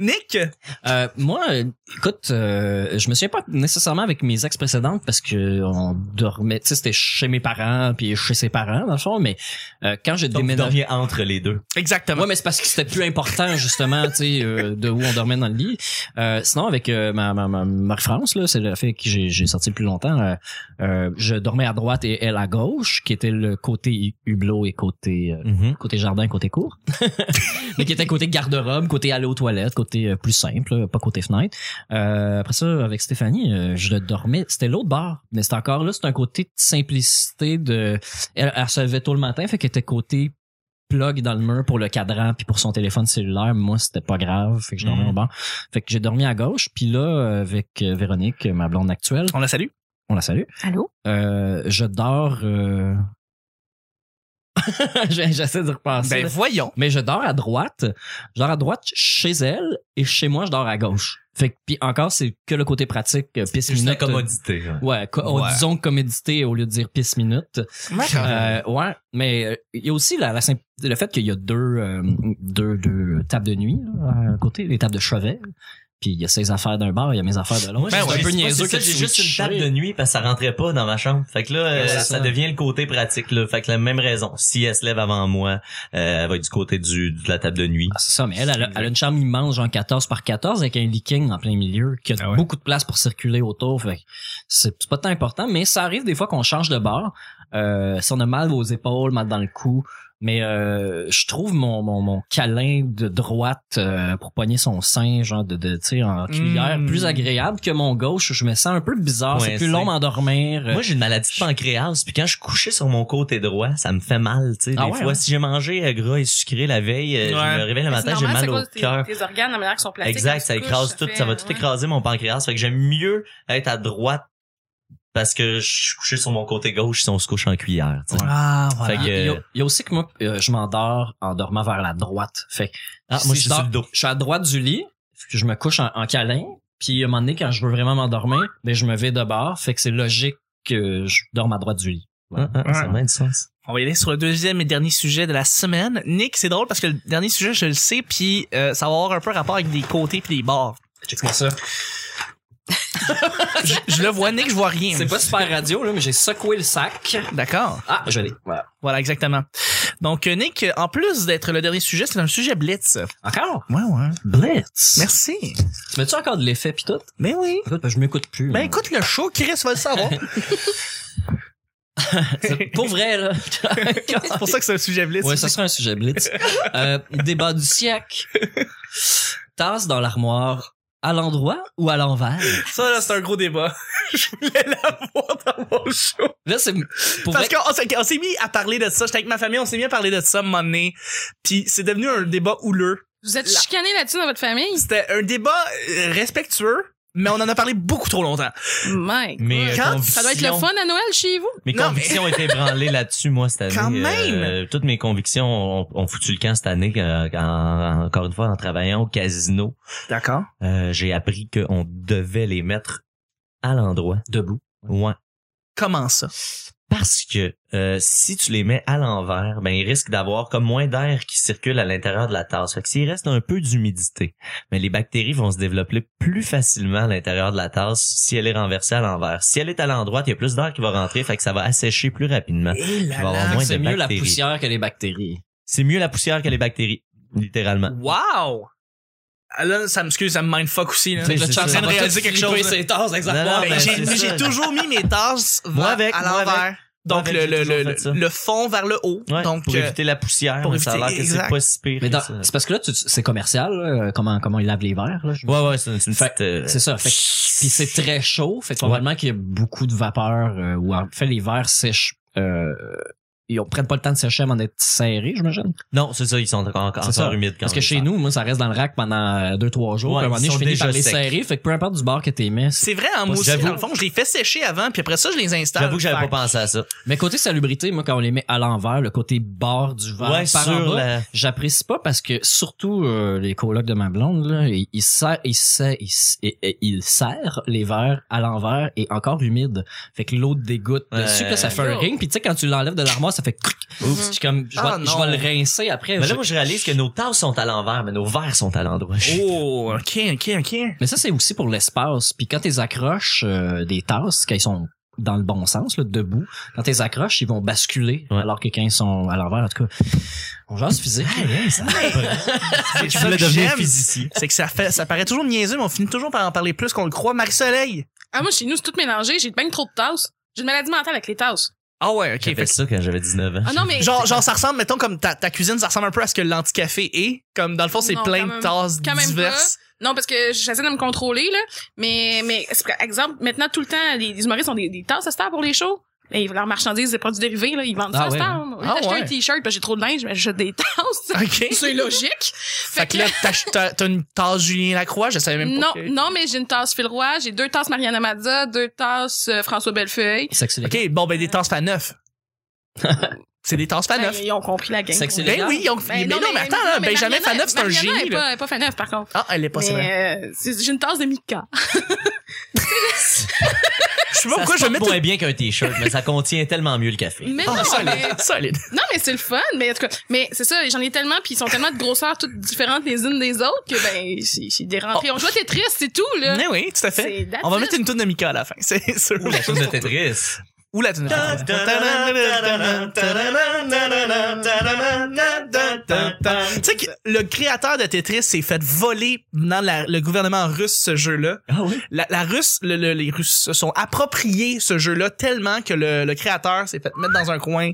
[SPEAKER 1] Nick,
[SPEAKER 3] Euh, moi, euh, écoute, euh, je me souviens pas nécessairement avec mes ex précédentes parce que on dormait, tu sais, c'était chez mes parents puis chez ses parents dans le fond, mais euh, quand j'ai
[SPEAKER 4] Donc, vous
[SPEAKER 3] déménagé,
[SPEAKER 4] dormiez entre les deux.
[SPEAKER 1] exactement.
[SPEAKER 3] ouais, mais c'est parce que c'était plus important justement, tu sais, euh, de où on dormait dans le lit. Euh, sinon, avec euh, ma, ma, ma Marie-France, là, c'est la fille avec qui j'ai, j'ai sorti le plus longtemps. euh, euh, je dormais à droite et elle à gauche, qui était le côté hublot et côté euh, côté jardin, côté cour. mais qui était côté garde-robe, côté aller aux toilettes, côté euh, plus simple, là, pas côté fenêtre. Euh, après ça, avec Stéphanie, euh, je dormais. C'était l'autre bar, mais c'était encore là, c'est un côté de simplicité de. Elle, elle se levait tôt le matin, fait qu'elle était côté plug dans le mur pour le cadran puis pour son téléphone cellulaire moi c'était pas grave fait que je dormais
[SPEAKER 4] Mhm.
[SPEAKER 3] au banc fait que j'ai dormi à gauche puis là euh, avec euh, Véronique ma blonde actuelle
[SPEAKER 1] On la salue.
[SPEAKER 3] on la salue
[SPEAKER 5] Allô?
[SPEAKER 3] euh, je dors. euh, J'ai- J'essaie de repenser.
[SPEAKER 1] Ben,
[SPEAKER 3] là.
[SPEAKER 1] voyons.
[SPEAKER 3] Mais je dors à droite. Je dors à droite chez elle et chez moi, je dors à gauche. Fait que, puis encore, c'est que le côté pratique, euh, pisse
[SPEAKER 4] C'est juste la
[SPEAKER 3] minute.
[SPEAKER 4] commodité. hein. ouais.
[SPEAKER 3] Ouais, co- oh,
[SPEAKER 1] Ouais.
[SPEAKER 3] disons commodité au lieu de dire pisse minute.
[SPEAKER 4] Ah.
[SPEAKER 3] Euh, ouais, mais euh, il y a aussi la, la simp- le fait qu'il y a deux, euh, deux, deux tables de nuit là, à côté, les tables de chevet. Puis il y a ses affaires d'un bar, il y a mes affaires de l'autre.
[SPEAKER 1] Ben
[SPEAKER 3] C'est
[SPEAKER 1] ouais,
[SPEAKER 3] un peu
[SPEAKER 4] C'est pas-
[SPEAKER 3] niaiseux
[SPEAKER 4] c'est ça,
[SPEAKER 3] que
[SPEAKER 4] j'ai
[SPEAKER 3] de
[SPEAKER 4] juste une
[SPEAKER 3] switcher.
[SPEAKER 4] table de nuit parce que ça rentrait pas dans ma chambre. Fait que là, euh,
[SPEAKER 3] Ouais,
[SPEAKER 4] ça,
[SPEAKER 3] c'est ça.
[SPEAKER 4] devient le côté pratique. Là. Fait que la même raison. Si elle se lève avant moi, euh, elle va être du côté du, de la table de nuit.
[SPEAKER 3] Ah, c'est ça, mais elle, elle, a- elle a une chambre immense, genre 14 par 14, avec un leaking en plein milieu, qui a
[SPEAKER 1] Ah ouais.
[SPEAKER 3] beaucoup de place pour circuler autour. Fait que c'est c'est pas tant important, mais ça arrive des fois qu'on change de bord. Euh, si on a mal aux épaules, mal dans le cou. Mais euh, je trouve mon, mon, mon câlin de droite euh, pour poigner son sein, genre de, de tu sais, en cuillère,
[SPEAKER 1] Mm.
[SPEAKER 3] plus agréable que mon gauche. Je me sens un peu bizarre. c'est
[SPEAKER 4] Hmm. Ouais,
[SPEAKER 3] plus
[SPEAKER 4] c'est-
[SPEAKER 3] long euh, m'endormir.
[SPEAKER 4] Moi, j'ai une maladie de pancréas, puis quand je suis couché sur mon côté droit, ça me fait mal, tu sais.
[SPEAKER 3] Ah
[SPEAKER 4] des
[SPEAKER 3] ouais,
[SPEAKER 4] fois,
[SPEAKER 3] hein?
[SPEAKER 4] si j'ai mangé euh, gras et sucré la veille, euh,
[SPEAKER 1] Ouais.
[SPEAKER 4] je me réveille le matin, j'ai mal au cœur.
[SPEAKER 2] Tes organes, la manière qu'ils sont placés.
[SPEAKER 4] Exact, ça écrase tout, ça va tout écraser mon pancréas. Fait que j'aime mieux être à droite parce que je suis couché sur mon côté gauche si on se couche en cuillère. tu sais.
[SPEAKER 1] Ah, voilà.
[SPEAKER 4] Fait que-
[SPEAKER 3] Il y, a, il y a aussi que moi, euh, je m'endors en dormant vers la droite. Fait que
[SPEAKER 4] Ah,
[SPEAKER 3] si
[SPEAKER 4] moi, je suis
[SPEAKER 3] dors-
[SPEAKER 4] sur le dos.
[SPEAKER 3] je suis à droite du lit, fait que je me couche en, en câlin, puis à un moment donné, quand je veux vraiment m'endormir, ben je me vais de bord, fait que c'est logique que je dorme à droite du lit.
[SPEAKER 4] Ah, ah, Ça a bien du sens.
[SPEAKER 1] On va y aller sur le deuxième et dernier sujet de la semaine. Nick, c'est drôle parce que le dernier sujet, je le sais, puis euh, ça va avoir un peu rapport avec des côtés puis des bords.
[SPEAKER 3] Check-moi ça.
[SPEAKER 1] je, je le vois, Nick, je vois rien.
[SPEAKER 3] C'est pas super radio, là, mais j'ai secoué le sac.
[SPEAKER 1] D'accord.
[SPEAKER 3] Ah, je l'ai. Voilà.
[SPEAKER 1] Voilà, exactement. Donc, euh, Nick, en plus d'être le dernier sujet, c'est un sujet blitz.
[SPEAKER 3] Encore?
[SPEAKER 1] Ouais, ouais.
[SPEAKER 3] Blitz.
[SPEAKER 1] Merci.
[SPEAKER 3] Tu mets-tu encore de l'effet pis tout?
[SPEAKER 1] Mais oui.
[SPEAKER 3] Écoute, ben, je m'écoute plus.
[SPEAKER 1] Ben
[SPEAKER 3] là.
[SPEAKER 1] écoute le show, Chris va le savoir.
[SPEAKER 3] C'est Ben, Pour vrai, là.
[SPEAKER 1] c'est pour ça que c'est un sujet blitz.
[SPEAKER 3] Ouais, ça serait un sujet blitz. Euh, débat du siècle. Tasse dans l'armoire. À l'endroit ou à l'envers?
[SPEAKER 1] Ça, là, c'est un gros débat. je voulais l'avoir dans mon show.
[SPEAKER 3] Là, c'est pour
[SPEAKER 1] Parce
[SPEAKER 3] vrai-
[SPEAKER 1] qu'on s'est- on s'est mis à parler de ça. J'étais avec ma famille, on s'est mis à parler de ça un moment donné. Puis c'est devenu un débat houleux.
[SPEAKER 2] Vous êtes
[SPEAKER 1] La-
[SPEAKER 2] chicané là-dessus dans votre famille?
[SPEAKER 1] C'était un débat euh, respectueux, mais on en a parlé beaucoup trop longtemps.
[SPEAKER 2] Mike.
[SPEAKER 4] Mais, euh,
[SPEAKER 1] Quand-
[SPEAKER 4] conviction-
[SPEAKER 2] Ça doit être le fun à Noël chez vous.
[SPEAKER 4] Mes
[SPEAKER 1] Non,
[SPEAKER 4] convictions ont été ébranlées là-dessus, moi, cette année.
[SPEAKER 1] Quand
[SPEAKER 4] Euh, toutes mes convictions ont, ont foutu le camp cette année. euh, en- encore une fois, en travaillant au casino,
[SPEAKER 1] D'accord.
[SPEAKER 4] euh, j'ai appris qu'on devait les mettre à l'endroit.
[SPEAKER 3] Debout.
[SPEAKER 4] Ouais.
[SPEAKER 1] Comment ça?
[SPEAKER 4] Parce que euh, si tu les mets à l'envers, ben ils risquent d'avoir comme moins d'air qui circule à l'intérieur de la tasse. Fait que s'il reste un peu d'humidité, mais les bactéries vont se développer plus facilement à l'intérieur de la tasse si elle est renversée à l'envers. Si elle est à l'endroit, il y a plus d'air qui va rentrer, fait que ça va assécher plus rapidement.
[SPEAKER 1] Eh là
[SPEAKER 4] Tu vas avoir
[SPEAKER 1] là.
[SPEAKER 4] moins
[SPEAKER 3] c'est
[SPEAKER 4] de
[SPEAKER 3] mieux la
[SPEAKER 4] bactéries.
[SPEAKER 3] poussière que les bactéries.
[SPEAKER 4] C'est mieux la poussière que les bactéries, littéralement.
[SPEAKER 1] Wow! Ah, Là, ça me excuse, ça me mindfuck aussi. Là.
[SPEAKER 4] Tu sais,
[SPEAKER 1] Je
[SPEAKER 4] c'est ça.
[SPEAKER 1] viens de réaliser quelque chose. là.
[SPEAKER 4] Non,
[SPEAKER 1] Ben,
[SPEAKER 4] ben,
[SPEAKER 1] j'ai-
[SPEAKER 4] c'est
[SPEAKER 1] J'ai
[SPEAKER 4] ça.
[SPEAKER 1] toujours mis mes tasses
[SPEAKER 4] Moi
[SPEAKER 1] vers-
[SPEAKER 4] avec,
[SPEAKER 1] à
[SPEAKER 4] moi
[SPEAKER 1] l'envers. Donc,
[SPEAKER 4] avec,
[SPEAKER 1] le,
[SPEAKER 4] j'ai
[SPEAKER 1] le,
[SPEAKER 4] toujours
[SPEAKER 1] le,
[SPEAKER 4] fait ça.
[SPEAKER 1] le fond vers le haut.
[SPEAKER 4] Ouais,
[SPEAKER 1] Donc,
[SPEAKER 4] pour
[SPEAKER 1] euh,
[SPEAKER 4] éviter la poussière,
[SPEAKER 1] pour
[SPEAKER 4] mais ça a l'air
[SPEAKER 1] éviter-
[SPEAKER 4] que c'est
[SPEAKER 1] exact.
[SPEAKER 4] pas si pire.
[SPEAKER 3] Mais dans-
[SPEAKER 4] ça.
[SPEAKER 3] c'est parce que là, tu- c'est commercial, là, euh, comment, comment ils lavent les verres. Là, je-
[SPEAKER 4] Ouais, ouais, c'est une c'est une
[SPEAKER 3] Fait-
[SPEAKER 4] petite... euh,
[SPEAKER 3] C'est ça. Fait que- puis c'est très chaud, fait que probablement qu'il y a beaucoup de vapeur euh, ou en fait les verres sèchent euh, ils ont- prennent pas le temps de sécher avant d'être serrés, j'imagine.
[SPEAKER 4] Non, c'est ça, ils sont encore,
[SPEAKER 3] C'est
[SPEAKER 4] encore
[SPEAKER 3] ça.
[SPEAKER 4] humides quand
[SPEAKER 3] Parce que
[SPEAKER 4] même. Ah.
[SPEAKER 3] chez nous, moi, ça reste dans le rack pendant 2-3 jours. puis
[SPEAKER 4] Ouais,
[SPEAKER 3] à un moment donné,
[SPEAKER 4] ils
[SPEAKER 3] je
[SPEAKER 4] sont
[SPEAKER 3] finis par
[SPEAKER 4] déjà
[SPEAKER 3] les
[SPEAKER 4] secs.
[SPEAKER 3] serrer. Fait que peu importe du bar que t'aimais. c'est-
[SPEAKER 1] C'est vrai, hein, moi aussi,
[SPEAKER 4] J'avoue.
[SPEAKER 1] dans le fond, je les fais sécher avant, puis après ça, je les installe.
[SPEAKER 4] J'avoue que j'avais
[SPEAKER 1] Fait-
[SPEAKER 4] pas pensé à ça.
[SPEAKER 3] Mais côté salubrité, moi, quand on les met à l'envers, le côté bord du verre
[SPEAKER 4] Ouais,
[SPEAKER 3] par en
[SPEAKER 4] sur
[SPEAKER 3] bas,
[SPEAKER 4] la...
[SPEAKER 3] J'apprécie pas parce que surtout euh, les colocs de ma blonde là, ils, ils serrent, ils serrent, ils, ils- ils- ils serrent les verres à l'envers et encore humide. Fait que l'eau dégoutte
[SPEAKER 4] Ouais.
[SPEAKER 3] dessus, puis là, ça fait un
[SPEAKER 2] Yo.
[SPEAKER 3] ring. Puis tu sais quand tu l'enlèves de l'armoire, ça fait. cric.
[SPEAKER 5] Oups.
[SPEAKER 3] Je suis comme je vais,
[SPEAKER 1] Ah,
[SPEAKER 3] je
[SPEAKER 1] non.
[SPEAKER 3] vais le rincer après.
[SPEAKER 4] Mais
[SPEAKER 3] Je-
[SPEAKER 4] là, moi, je réalise que nos tasses sont à l'envers, mais nos verres sont à l'endroit.
[SPEAKER 1] Oh, ok, ok, ok.
[SPEAKER 3] Mais ça c'est aussi pour l'espace. Puis quand ils accroches euh, des tasses, quand ils sont dans le bon sens, là, debout, quand ils accroches, ils vont basculer.
[SPEAKER 4] Ouais.
[SPEAKER 3] Alors que quand ils sont à l'envers, en tout cas, on jase physique.
[SPEAKER 4] Ah,
[SPEAKER 1] C'est
[SPEAKER 4] Je
[SPEAKER 1] ça
[SPEAKER 4] voulais
[SPEAKER 1] que
[SPEAKER 4] devenir
[SPEAKER 1] j'aime.
[SPEAKER 4] physicien.
[SPEAKER 1] C'est que ça fait, ça paraît toujours niaiseux, mais on finit toujours par en parler plus qu'on le croit. Marc Soleil.
[SPEAKER 2] Ah, moi, chez nous, c'est tout mélangé. J'ai bien trop de tasses. J'ai une maladie mentale avec les tasses.
[SPEAKER 1] Ah ouais, ok.
[SPEAKER 4] J'ai
[SPEAKER 1] fait
[SPEAKER 4] fait ça quand j'avais 19 ans.
[SPEAKER 2] Ah non, mais.
[SPEAKER 1] que- genre, genre, ça ressemble, mettons, comme ta, ta cuisine, ça ressemble un peu à ce que l'anticafé est. Comme, dans le fond, c'est
[SPEAKER 2] Non,
[SPEAKER 1] plein
[SPEAKER 2] quand
[SPEAKER 1] de
[SPEAKER 2] même-
[SPEAKER 1] tasses
[SPEAKER 2] quand même
[SPEAKER 1] diverses.
[SPEAKER 2] Non, parce que j'essaie de me contrôler, là. Mais, mais, c'est par exemple, maintenant, tout le temps, les, les humoristes ont des, des tasses à star pour les shows. Mais ils- leurs marchandises, des produits dérivés, là, ils vendent
[SPEAKER 3] Ah
[SPEAKER 2] ça à
[SPEAKER 3] ouais,
[SPEAKER 2] star. Au lieu
[SPEAKER 1] Ah
[SPEAKER 2] d'acheter
[SPEAKER 1] ouais.
[SPEAKER 2] un t-shirt, parce que j'ai trop de linge, mais j'achète des tasses.
[SPEAKER 1] Ok.
[SPEAKER 2] C'est logique.
[SPEAKER 1] Fait que là, t'as- t'as t'as une tasse Julien Lacroix, je savais même
[SPEAKER 2] Non,
[SPEAKER 1] pas. que-
[SPEAKER 2] non, mais j'ai une tasse Phil Roy, j'ai deux tasses Mariana Mazza, deux tasses euh, François Bellefeuille.
[SPEAKER 3] Sexe élégant.
[SPEAKER 1] Ok, bon, ben, des tasses pas neuf. c'est des tasses pas
[SPEAKER 2] Ben,
[SPEAKER 1] neuf.
[SPEAKER 2] ils ont compris la gang.
[SPEAKER 3] Sexe
[SPEAKER 1] Ben
[SPEAKER 3] élégant.
[SPEAKER 1] oui, ils ont-
[SPEAKER 2] Ben
[SPEAKER 1] mais non, mais attends,
[SPEAKER 2] non,
[SPEAKER 1] là,
[SPEAKER 2] mais
[SPEAKER 1] Benjamin
[SPEAKER 2] Mariana-
[SPEAKER 1] Faneuf, c'est un
[SPEAKER 2] Mariana
[SPEAKER 1] génie,
[SPEAKER 2] est
[SPEAKER 1] là.
[SPEAKER 2] pas, est pas Faneuf, par contre.
[SPEAKER 1] Ah, elle est pas c'est vrai.
[SPEAKER 2] mais euh, c'est- j'ai une tasse de Mika.
[SPEAKER 1] Je sais pas pourquoi
[SPEAKER 4] ça
[SPEAKER 1] je
[SPEAKER 4] se
[SPEAKER 1] vais
[SPEAKER 4] porte
[SPEAKER 1] mettre
[SPEAKER 4] moins bien qu'un t-shirt, mais ça contient tellement mieux le café.
[SPEAKER 2] Mais non,
[SPEAKER 1] Ah,
[SPEAKER 2] mais,
[SPEAKER 1] solide, solide.
[SPEAKER 2] non, mais c'est le fun. Mais en tout cas, mais c'est ça, j'en ai tellement, puis ils sont tellement de grosseurs toutes différentes les unes des autres que ben, j'ai j'ai des rentrées. On joue à Tetris, c'est tout là.
[SPEAKER 1] Mais oui, tout à fait.
[SPEAKER 2] C'est that's
[SPEAKER 1] Oh. On va
[SPEAKER 2] it.
[SPEAKER 1] mettre une toune de Mika à la fin, c'est sûr.
[SPEAKER 4] Ou la chose de Tetris.
[SPEAKER 1] Ou la toune. Tu sais que le créateur de Tetris s'est fait voler dans la- le gouvernement russe ce jeu-là.
[SPEAKER 4] Ah oui?
[SPEAKER 1] La, la Russe, le- le- les Russes se sont appropriés ce jeu-là tellement que le, le créateur s'est fait mettre dans un coin,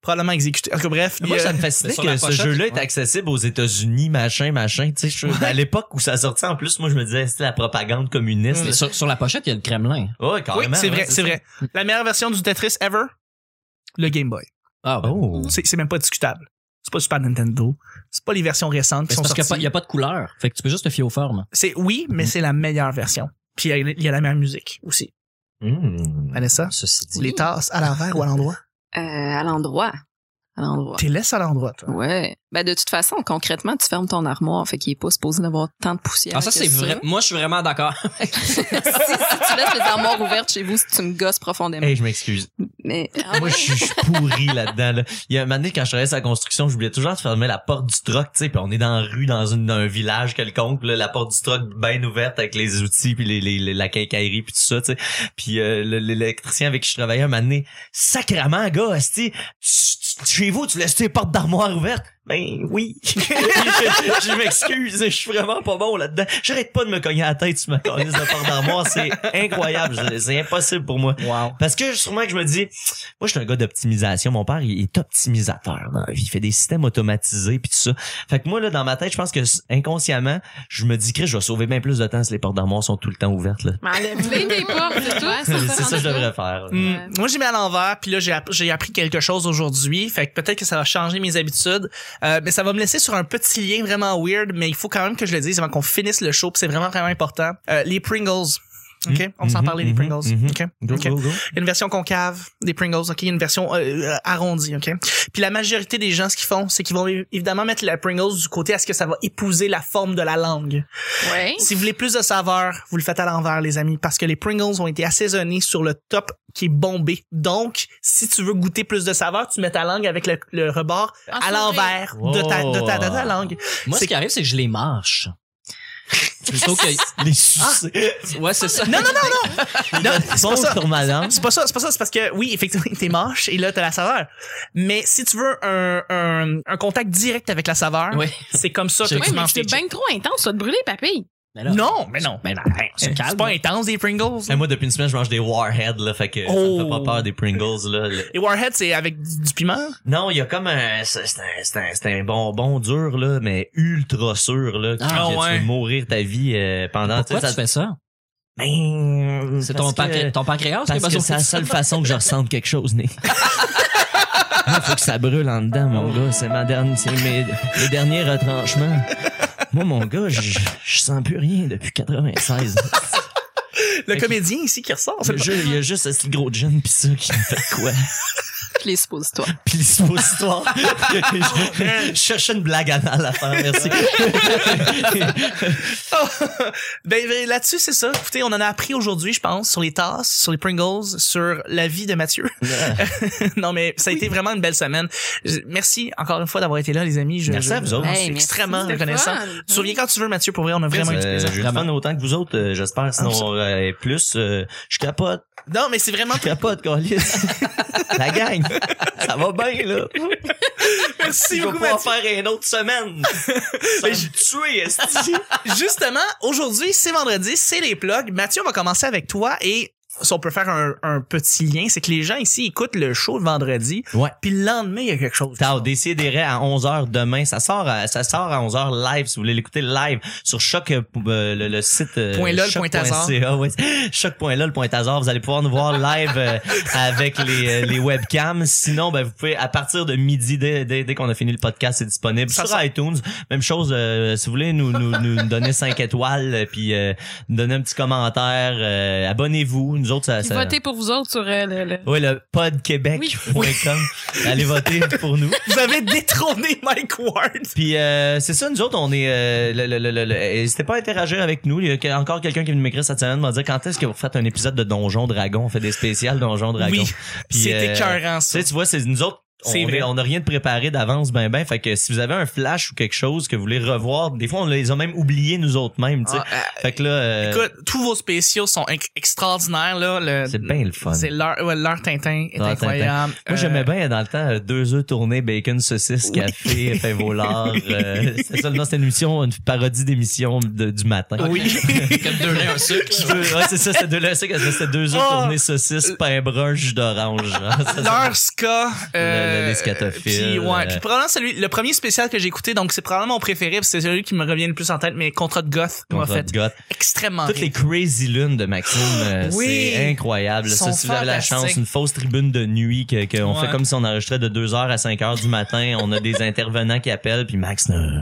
[SPEAKER 1] probablement exécuté. En tout cas, bref,
[SPEAKER 4] Moi,
[SPEAKER 1] il, euh,
[SPEAKER 4] ça me fascinait
[SPEAKER 3] Sur la
[SPEAKER 4] que ce
[SPEAKER 3] pochette,
[SPEAKER 4] jeu-là est
[SPEAKER 3] ouais.
[SPEAKER 4] accessible aux États-Unis, machin, machin. Tu sais, je- à l'époque où ça sortait, en plus, moi, je me disais, c'est la propagande communiste.
[SPEAKER 3] Mais Sur, sur la pochette, il y a le Kremlin.
[SPEAKER 4] Ouais,
[SPEAKER 1] oui,
[SPEAKER 4] carrément.
[SPEAKER 1] c'est
[SPEAKER 4] ouais,
[SPEAKER 1] vrai, c'est
[SPEAKER 4] ça.
[SPEAKER 1] vrai. La meilleure version du Tetris ever, le Game Boy.
[SPEAKER 3] Ah ben.
[SPEAKER 4] Oh.
[SPEAKER 1] C'est c'est même pas discutable. C'est pas Super Nintendo. C'est pas les versions récentes qui
[SPEAKER 3] Mais C'est
[SPEAKER 1] sont
[SPEAKER 3] parce qu'il
[SPEAKER 1] sorties.
[SPEAKER 3] n'y a, pas de couleur. Fait que tu peux juste te fier aux formes.
[SPEAKER 1] C'est oui, mais c'est la meilleure version. Puis il y a- il y a la meilleure musique aussi.
[SPEAKER 4] Hmm.
[SPEAKER 1] Vanessa,
[SPEAKER 3] Ceci dit.
[SPEAKER 1] les tasses à l'envers ou à l'endroit?
[SPEAKER 5] Euh, à l'endroit. À l'endroit.
[SPEAKER 1] T'es laisse à l'endroit, toi.
[SPEAKER 5] Ouais. Ben, de toute façon, concrètement, tu fermes ton armoire. Fait qu'il est pas supposé d'avoir tant de poussière.
[SPEAKER 3] Ah, ça,
[SPEAKER 5] que
[SPEAKER 3] c'est vrai. Moi, je suis vraiment d'accord.
[SPEAKER 5] si, si tu laisses les armoires ouvertes chez vous, si tu me gosses profondément.
[SPEAKER 4] Hey, je m'excuse.
[SPEAKER 5] Mais,
[SPEAKER 4] Moi, je suis je suis pourri là-dedans. là. Il y a un moment donné, quand je travaillais sur la construction, j'oubliais toujours de fermer la porte du truck, tu sais, puis on est dans la rue, dans, une, dans un village quelconque, là, la porte du truck bien ouverte avec les outils, puis les, les- les- la quincaillerie, puis tout ça, tu sais. Puis euh, le- l'électricien avec qui je travaillais, un moment donné, sacrament, gars, asti, tu- tu- chez vous, tu laisses tes portes d'armoire ouvertes. Ben oui. je, je m'excuse, je suis vraiment pas bon là-dedans. J'arrête pas de me cogner la tête sur ma colise de porte d'armoire, c'est incroyable, c'est- c'est impossible pour moi.
[SPEAKER 1] Wow.
[SPEAKER 4] Parce que sûrement que je me dis, moi je suis un gars d'optimisation. Mon père il est optimisateur dans la vie. Il fait des systèmes automatisés puis tout ça. Fait que moi là dans ma tête, je pense que inconsciemment, je me dis que je vais sauver bien plus de temps si les portes d'armoire sont tout le temps ouvertes là.
[SPEAKER 2] Mais enlève-les tes portes, c'est tout.
[SPEAKER 5] Ouais,
[SPEAKER 4] C'est ça que je devrais faire.
[SPEAKER 1] Hmm.
[SPEAKER 5] Ouais.
[SPEAKER 1] Moi, j'ai mis à l'envers, puis là, j'ai app- j'ai appris quelque chose aujourd'hui. Fait que peut-être que ça va changer mes habitudes. Euh, mais ça va me laisser sur un petit lien vraiment weird, mais il faut quand même que je le dise avant qu'on finisse le show, puis c'est vraiment, vraiment important. Euh, les Pringles. OK? On s'en
[SPEAKER 4] Mhm,
[SPEAKER 1] parlait des
[SPEAKER 4] mhm,
[SPEAKER 1] Pringles.
[SPEAKER 4] mhm.
[SPEAKER 1] OK?
[SPEAKER 4] Go,
[SPEAKER 1] OK.
[SPEAKER 4] go, go.
[SPEAKER 1] Il y a une version concave des Pringles, OK? Il y a une version euh, euh, arrondie, OK? Puis la majorité des gens, ce qu'ils font, c'est qu'ils vont é- évidemment mettre la Pringles du côté à ce que ça va épouser la forme de la langue.
[SPEAKER 2] Ouais.
[SPEAKER 1] Si vous voulez plus de saveur, vous le faites à l'envers, les amis, parce que les Pringles ont été assaisonnés sur le top qui est bombé. Donc, si tu veux goûter plus de saveur, tu mets ta langue avec le, le rebord
[SPEAKER 2] En
[SPEAKER 1] à
[SPEAKER 2] sourire.
[SPEAKER 1] l'envers de, ta, de, ta, de ta langue.
[SPEAKER 3] Moi,
[SPEAKER 1] C'est-
[SPEAKER 3] ce qui arrive, c'est que je les mâche. Plutôt que.
[SPEAKER 4] Les sucés.
[SPEAKER 3] Ouais, c'est ça.
[SPEAKER 1] Non, non, non, Ah! non! non c'est pas ça.
[SPEAKER 4] sur ma langue.
[SPEAKER 1] C'est pas ça, c'est pas ça, c'est parce que oui, effectivement, t'es moche et là, t'as la saveur. Mais si tu veux un, un, un contact direct avec la saveur,
[SPEAKER 3] Ouais.
[SPEAKER 1] c'est comme ça que
[SPEAKER 3] Ouais,
[SPEAKER 2] Ouais,
[SPEAKER 1] tu
[SPEAKER 2] mais
[SPEAKER 1] manges tes
[SPEAKER 2] c'est bien trop intense, ça te brûler, papille.
[SPEAKER 3] Mais là-
[SPEAKER 1] Non, mais non. Euh,
[SPEAKER 3] Mais non, on se
[SPEAKER 1] C'est
[SPEAKER 3] calme.
[SPEAKER 1] pas intense des Pringles.
[SPEAKER 4] Et moi depuis une semaine, je mange des Warheads là, fait que ça me fait pas
[SPEAKER 1] Oh.
[SPEAKER 4] peur des Pringles là. Le-
[SPEAKER 1] Et Warhead, c'est avec du, du piment.
[SPEAKER 4] Non, il y a comme un c'est c'est un c'est un, c'est un bonbon dur là, mais ultra sûr là, qui-
[SPEAKER 1] Ah,
[SPEAKER 4] que
[SPEAKER 1] ouais.
[SPEAKER 4] tu vas mourir ta vie euh, pendant
[SPEAKER 3] Pourquoi
[SPEAKER 4] sais,
[SPEAKER 3] tu fais ça?
[SPEAKER 4] Ben,
[SPEAKER 3] C'est ton,
[SPEAKER 4] parce que-
[SPEAKER 3] pancré- ton pancréas qui a
[SPEAKER 4] Parce que
[SPEAKER 3] besoin
[SPEAKER 4] c'est
[SPEAKER 3] de
[SPEAKER 4] la
[SPEAKER 3] ça.
[SPEAKER 4] seule façon que je ressente quelque chose, Nick. Ah, faut que ça brûle en dedans, mon gars. C'est ma dernière, c'est mes, mes derniers retranchements. Moi, mon gars, je je sens plus rien depuis 96.
[SPEAKER 1] Le comédien ici qui ressort. c'est
[SPEAKER 4] Le
[SPEAKER 1] pas-
[SPEAKER 4] jeu, il y a juste ce petit gros jeune pis ça qui me fait quoi?
[SPEAKER 5] les suppositoires.
[SPEAKER 4] Pis les suppositoires. je, je cherchais une blague anale à faire, merci.
[SPEAKER 1] Ben, ben, là-dessus, c'est ça. Écoutez, on en a appris aujourd'hui, je pense, sur les tasses, sur les Pringles, sur la vie de Mathieu. non, mais ça a été vraiment une belle semaine. Je- Merci encore une fois d'avoir été là, les amis. Je,
[SPEAKER 4] Merci
[SPEAKER 1] je-
[SPEAKER 4] à vous autres.
[SPEAKER 1] je
[SPEAKER 5] Hey,
[SPEAKER 1] suis
[SPEAKER 5] merci,
[SPEAKER 1] extrêmement
[SPEAKER 2] c'était
[SPEAKER 1] reconnaissant.
[SPEAKER 2] fun.
[SPEAKER 1] Tu te souviens quand tu veux, Mathieu, pour vrai, on a vraiment eu du
[SPEAKER 4] Euh,
[SPEAKER 1] plaisir.
[SPEAKER 4] J'ai eu du fun autant que vous autres, euh, j'espère. Sinon, euh, plus, euh, je capote.
[SPEAKER 1] Non, mais c'est vraiment...
[SPEAKER 4] Je capote, Carlis. La gang. Ça va bien, là.
[SPEAKER 1] Merci
[SPEAKER 4] je vais
[SPEAKER 1] beaucoup,
[SPEAKER 4] pouvoir
[SPEAKER 1] Mathieu.
[SPEAKER 4] faire une autre semaine. Ça va me tuer, esti.
[SPEAKER 1] Justement, aujourd'hui, c'est vendredi, c'est les plugs. Mathieu, on va commencer avec toi et si on peut faire un, un petit lien, c'est que les gens ici écoutent le show le vendredi,
[SPEAKER 4] Ouais.
[SPEAKER 1] puis le lendemain, il y a quelque chose.
[SPEAKER 4] Tard, décidérez à 11h demain. Ça sort à, ça sort à 11h live, si vous voulez l'écouter live sur choc, euh, le, le site euh,
[SPEAKER 1] Point lol,
[SPEAKER 4] choc.ca,
[SPEAKER 1] point hasard.
[SPEAKER 4] ouais. choc.lol, point hasard. Vous allez pouvoir nous voir live euh, avec les, euh, les webcams. Sinon, ben, vous pouvez, à partir de midi, dès, dès, dès qu'on a fini le podcast, c'est disponible
[SPEAKER 1] Ça
[SPEAKER 4] sur
[SPEAKER 1] sort.
[SPEAKER 4] iTunes. Même chose, euh, si vous voulez nous, nous, nous donner 5 étoiles, euh, puis euh, nous donner un petit commentaire, euh, abonnez-vous. Nous autres, ça...
[SPEAKER 2] Puis
[SPEAKER 4] ça-
[SPEAKER 2] Votez pour vous autres sur euh, le, le-
[SPEAKER 4] oui, le podquebec.com. Allez voter pour nous.
[SPEAKER 1] Vous avez détrôné Mike Ward.
[SPEAKER 4] Puis euh, c'est ça, nous autres, on est. Euh, le- le- le- le- le- N'hésitez pas à interagir avec nous. Il y a que- encore quelqu'un qui est venu m'écrire cette semaine, m'a dit quand est-ce que vous faites un épisode de Donjon Dragon On fait des spéciales Donjon Dragon.
[SPEAKER 1] Oui,
[SPEAKER 4] Puis,
[SPEAKER 1] c'est
[SPEAKER 4] euh,
[SPEAKER 1] écœurant,
[SPEAKER 4] Tu
[SPEAKER 1] ça.
[SPEAKER 4] sais, tu vois, c'est nous autres. On,
[SPEAKER 1] C'est vrai.
[SPEAKER 4] est- on a rien de préparé d'avance, ben ben. Fait que si vous avez un flash ou quelque chose que vous voulez revoir, des fois on les a même oubliés nous autres mêmes. tu sais.
[SPEAKER 1] Ah, euh,
[SPEAKER 4] fait que là, euh,
[SPEAKER 1] Écoute, tous vos spéciaux sont inc- extraordinaires là. Le,
[SPEAKER 4] c'est bien le fun.
[SPEAKER 1] C'est l'heure, ouais, l'heure Tintin est
[SPEAKER 4] L'heure
[SPEAKER 1] incroyable.
[SPEAKER 4] Moi,
[SPEAKER 1] Euh,
[SPEAKER 4] j'aimais bien dans le temps euh, deux œufs tournés, bacon, saucisse,
[SPEAKER 1] Oui.
[SPEAKER 4] café, pain volard. euh, c'est ça, non, c'était une émission, une parodie d'émission de- du matin.
[SPEAKER 1] Euh, Oui.
[SPEAKER 3] Comme deux laits, un sucre.
[SPEAKER 4] Je veux- ouais, c'est ça, c'était deux là, c'est que c'était deux œufs
[SPEAKER 1] Oh.
[SPEAKER 4] tournés, saucisse, pain brun, jus d'orange. genre. Ça, ça-
[SPEAKER 1] L'heure ska. euh,
[SPEAKER 4] Le- le- les scatophiles,
[SPEAKER 1] Puis, ouais.
[SPEAKER 4] euh.
[SPEAKER 1] Puis probablement celui, le premier spécial que j'ai écouté, donc c'est probablement mon préféré, puis c'est celui qui me revient le plus en tête, mais Contrat de Goth m'a
[SPEAKER 4] Contre
[SPEAKER 1] fait
[SPEAKER 4] de goth.
[SPEAKER 1] extrêmement
[SPEAKER 4] Toutes
[SPEAKER 1] rire.
[SPEAKER 4] les crazy lunes de Maxime, euh,
[SPEAKER 1] Oui.
[SPEAKER 4] c'est incroyable.
[SPEAKER 1] Ils
[SPEAKER 4] Ça,
[SPEAKER 1] sont
[SPEAKER 4] si vous avez la
[SPEAKER 1] fantastiques.
[SPEAKER 4] chance, une fausse tribune de nuit que qu'on
[SPEAKER 1] Ouais.
[SPEAKER 4] fait comme si on enregistrait de 2h à 5h du matin. on a des intervenants qui appellent, puis Max, euh,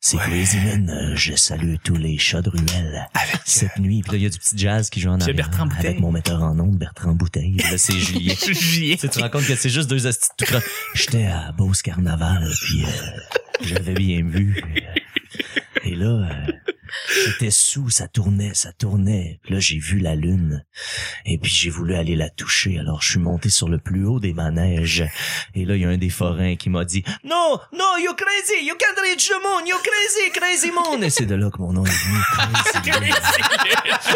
[SPEAKER 4] c'est crazy lunes. euh, je salue tous les chats de ruelle cette nuit. Puis là, il y a du petit jazz qui joue en
[SPEAKER 1] Puis il y a
[SPEAKER 4] arrière.
[SPEAKER 1] euh, Bertrand Bouteille.
[SPEAKER 4] Avec mon metteur en ondes, Bertrand Bouteille. Puis là, c'est Julien.
[SPEAKER 1] J'y ai.
[SPEAKER 4] Tu sais, tu te rends compte que c'est juste deux astuces. tout croche. J'étais à Beauce Carnaval, puis euh, j'avais bien vu. euh, et là, euh, j'étais sous, ça tournait, ça tournait. Puis là, j'ai vu la lune, et puis j'ai voulu aller la toucher. Alors, je suis monté sur le plus haut des manèges. Et là, il y a un des forains qui m'a dit « No, no, you crazy, you can't reach the moon, you crazy, crazy moon! » Et c'est de là que mon nom est venu, Crazy Moon.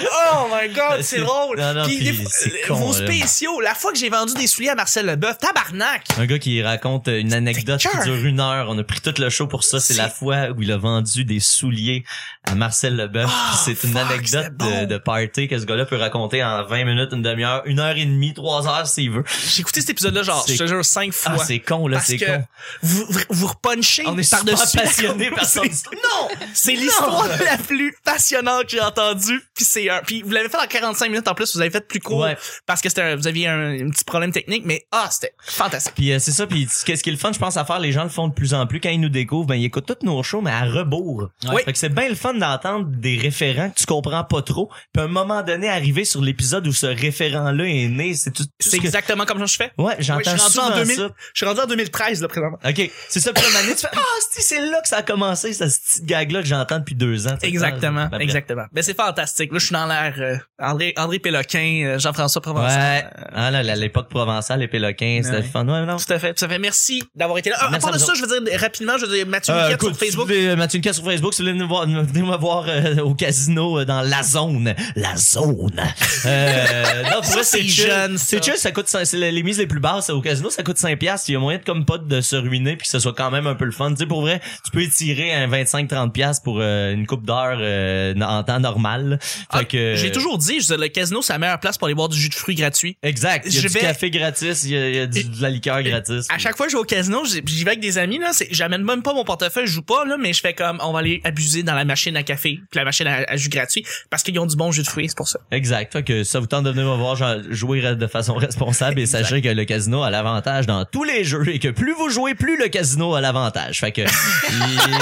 [SPEAKER 1] oh my god, c'est drôle.
[SPEAKER 4] Ben, Non, non,
[SPEAKER 1] Puis
[SPEAKER 4] puis
[SPEAKER 1] les-
[SPEAKER 4] c'est
[SPEAKER 1] euh,
[SPEAKER 4] con,
[SPEAKER 1] vos
[SPEAKER 4] là.
[SPEAKER 1] spéciaux, la fois que j'ai vendu des souliers à Marcel Leboeuf, tabarnak.
[SPEAKER 4] Un gars qui raconte une anecdote qui
[SPEAKER 1] cœur.
[SPEAKER 4] dure une heure. On a pris tout le show pour ça. C'est
[SPEAKER 1] C'est-
[SPEAKER 4] la fois où il a vendu des souliers à Marcel Leboeuf.
[SPEAKER 1] Ah,
[SPEAKER 4] c'est une
[SPEAKER 1] fuck,
[SPEAKER 4] anecdote
[SPEAKER 1] c'était bon.
[SPEAKER 4] de, de party que ce gars-là peut raconter en 20 minutes, une demi-heure, une heure et demie, trois heures s'il veut.
[SPEAKER 1] J'ai écouté cet épisode-là genre,
[SPEAKER 4] C'est-
[SPEAKER 1] je te jure, cinq fois.
[SPEAKER 4] Ah, c'est con, là,
[SPEAKER 1] Parce
[SPEAKER 4] c'est
[SPEAKER 1] que
[SPEAKER 4] con.
[SPEAKER 1] vous vous repunchez
[SPEAKER 4] On est
[SPEAKER 1] par
[SPEAKER 4] super
[SPEAKER 1] dessus
[SPEAKER 4] passionné par son histoire.
[SPEAKER 1] Non, c'est l'histoire la plus passionnante que j'ai entendue. Puis c'est un puis vous l'avez fait en 45 minutes en plus, vous avez fait plus court
[SPEAKER 4] Ouais.
[SPEAKER 1] parce que c'était un- vous aviez un, un petit problème technique mais ah, c'était fantastique.
[SPEAKER 4] Puis euh, c'est ça, puis ce qui ce qui est le fun, je pense, à faire, les gens le font de plus en plus. Quand ils nous découvrent, ben ils écoutent tous nos shows, mais à rebours.
[SPEAKER 1] Oui.
[SPEAKER 4] Fait que c'est bien le fun d'entendre des référents que tu comprends pas trop. Puis à un moment donné, arriver sur l'épisode où ce référent-là est né, c'est tout, tout ce
[SPEAKER 1] C'est
[SPEAKER 4] que-
[SPEAKER 1] exactement comme je fais.
[SPEAKER 4] Ouais,
[SPEAKER 1] Ouais, je
[SPEAKER 4] j'entends
[SPEAKER 1] suis rendu en
[SPEAKER 4] souvent
[SPEAKER 1] 2000
[SPEAKER 4] ça.
[SPEAKER 1] Je suis rendu en 2013 là présentement.
[SPEAKER 4] OK, c'est ça. Puis là, Mané, tu fais « Ah, c'ti, c'est là que ça a commencé, cette petite gag-là que j'entends depuis deux ans. » Ah,
[SPEAKER 1] Exactement,
[SPEAKER 4] Après.
[SPEAKER 1] exactement. Ben c'est fantastique. Là, je suis dans l'air euh, André André Péloquin, euh, Jean-François Provençal.
[SPEAKER 4] Ouais. Ah là, là, l'époque provençale, les Péloquins, c'était
[SPEAKER 1] Ouais.
[SPEAKER 4] le fun. Ouais, non.
[SPEAKER 1] Tout à fait, tout à fait. Merci d'avoir été là. Ah, à
[SPEAKER 4] Merci
[SPEAKER 1] part
[SPEAKER 4] à
[SPEAKER 1] de
[SPEAKER 4] vous
[SPEAKER 1] ça, je veux dire rapidement, je veux dire Mathieu
[SPEAKER 4] Euh,
[SPEAKER 1] Niquette
[SPEAKER 4] écoute,
[SPEAKER 1] sur Facebook.
[SPEAKER 4] si vous voulez, euh, Mathieu Niquette sur Facebook, si vous voulez nous voir, nous- venez me voir euh, au casino euh, dans la zone. La zone. Euh, non, pour
[SPEAKER 1] Ça,
[SPEAKER 4] vrai,
[SPEAKER 1] c'est
[SPEAKER 4] chill.
[SPEAKER 1] jeune, ça.
[SPEAKER 4] C'est chill, ça coûte, cin- c'est les mises les plus basses au casino, ça coûte 5 piastres. Il y a moyen de, comme pote de se ruiner puis que ce soit quand même un peu le fun. Tu sais, pour vrai, tu peux étirer un 25-30 piastres pour euh, une coupe d'heure euh, en temps normal. Fait
[SPEAKER 1] Ah,
[SPEAKER 4] que,
[SPEAKER 1] J'ai toujours dit, je veux dire, le casino, c'est la meilleure place pour aller boire du jus de fruits gratuit.
[SPEAKER 4] Exact. Il y a
[SPEAKER 1] Je
[SPEAKER 4] du
[SPEAKER 1] vais-
[SPEAKER 4] café gratis, il y a, il y a du- de la liqueur gratis.
[SPEAKER 1] À chaque fois que je vais au casino, j'y j'y vais avec des amis, là, c'est- j'amène même pas mon portefeuille, je joue pas, là, mais je fais comme, on va aller abuser dans la machine machine à café, puis la machine à, à jus gratuit, parce qu'ils ont du bon jus de fruits, c'est pour ça.
[SPEAKER 4] Exact. Fait que ça vous tente de venir me voir genre, jouer de façon responsable et sachez que le casino a l'avantage dans tous les jeux et que plus vous jouez, plus le casino a l'avantage. Fait que il-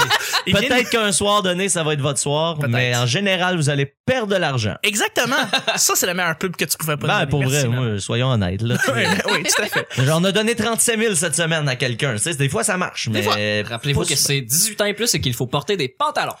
[SPEAKER 1] Il vient
[SPEAKER 4] peut-être qu'un soir donné, ça va être votre soir,
[SPEAKER 1] Peut-être.
[SPEAKER 4] mais en général, vous allez perdre de l'argent.
[SPEAKER 1] Exactement. ça, c'est la meilleure pub que tu pouvais pas
[SPEAKER 4] Ben,
[SPEAKER 1] donner.
[SPEAKER 4] pour
[SPEAKER 1] Merci,
[SPEAKER 4] vrai,
[SPEAKER 1] man.
[SPEAKER 4] moi, soyons honnêtes. Là,
[SPEAKER 1] Oui, ben oui, tout à fait.
[SPEAKER 4] Genre, on a donné 37 000 cette semaine à quelqu'un. Tu sais, des fois, ça marche.
[SPEAKER 3] Des fois.
[SPEAKER 4] mais
[SPEAKER 3] Rappelez-vous
[SPEAKER 4] pas
[SPEAKER 3] que c'est 18 ans et plus et qu'il faut porter des pantalons.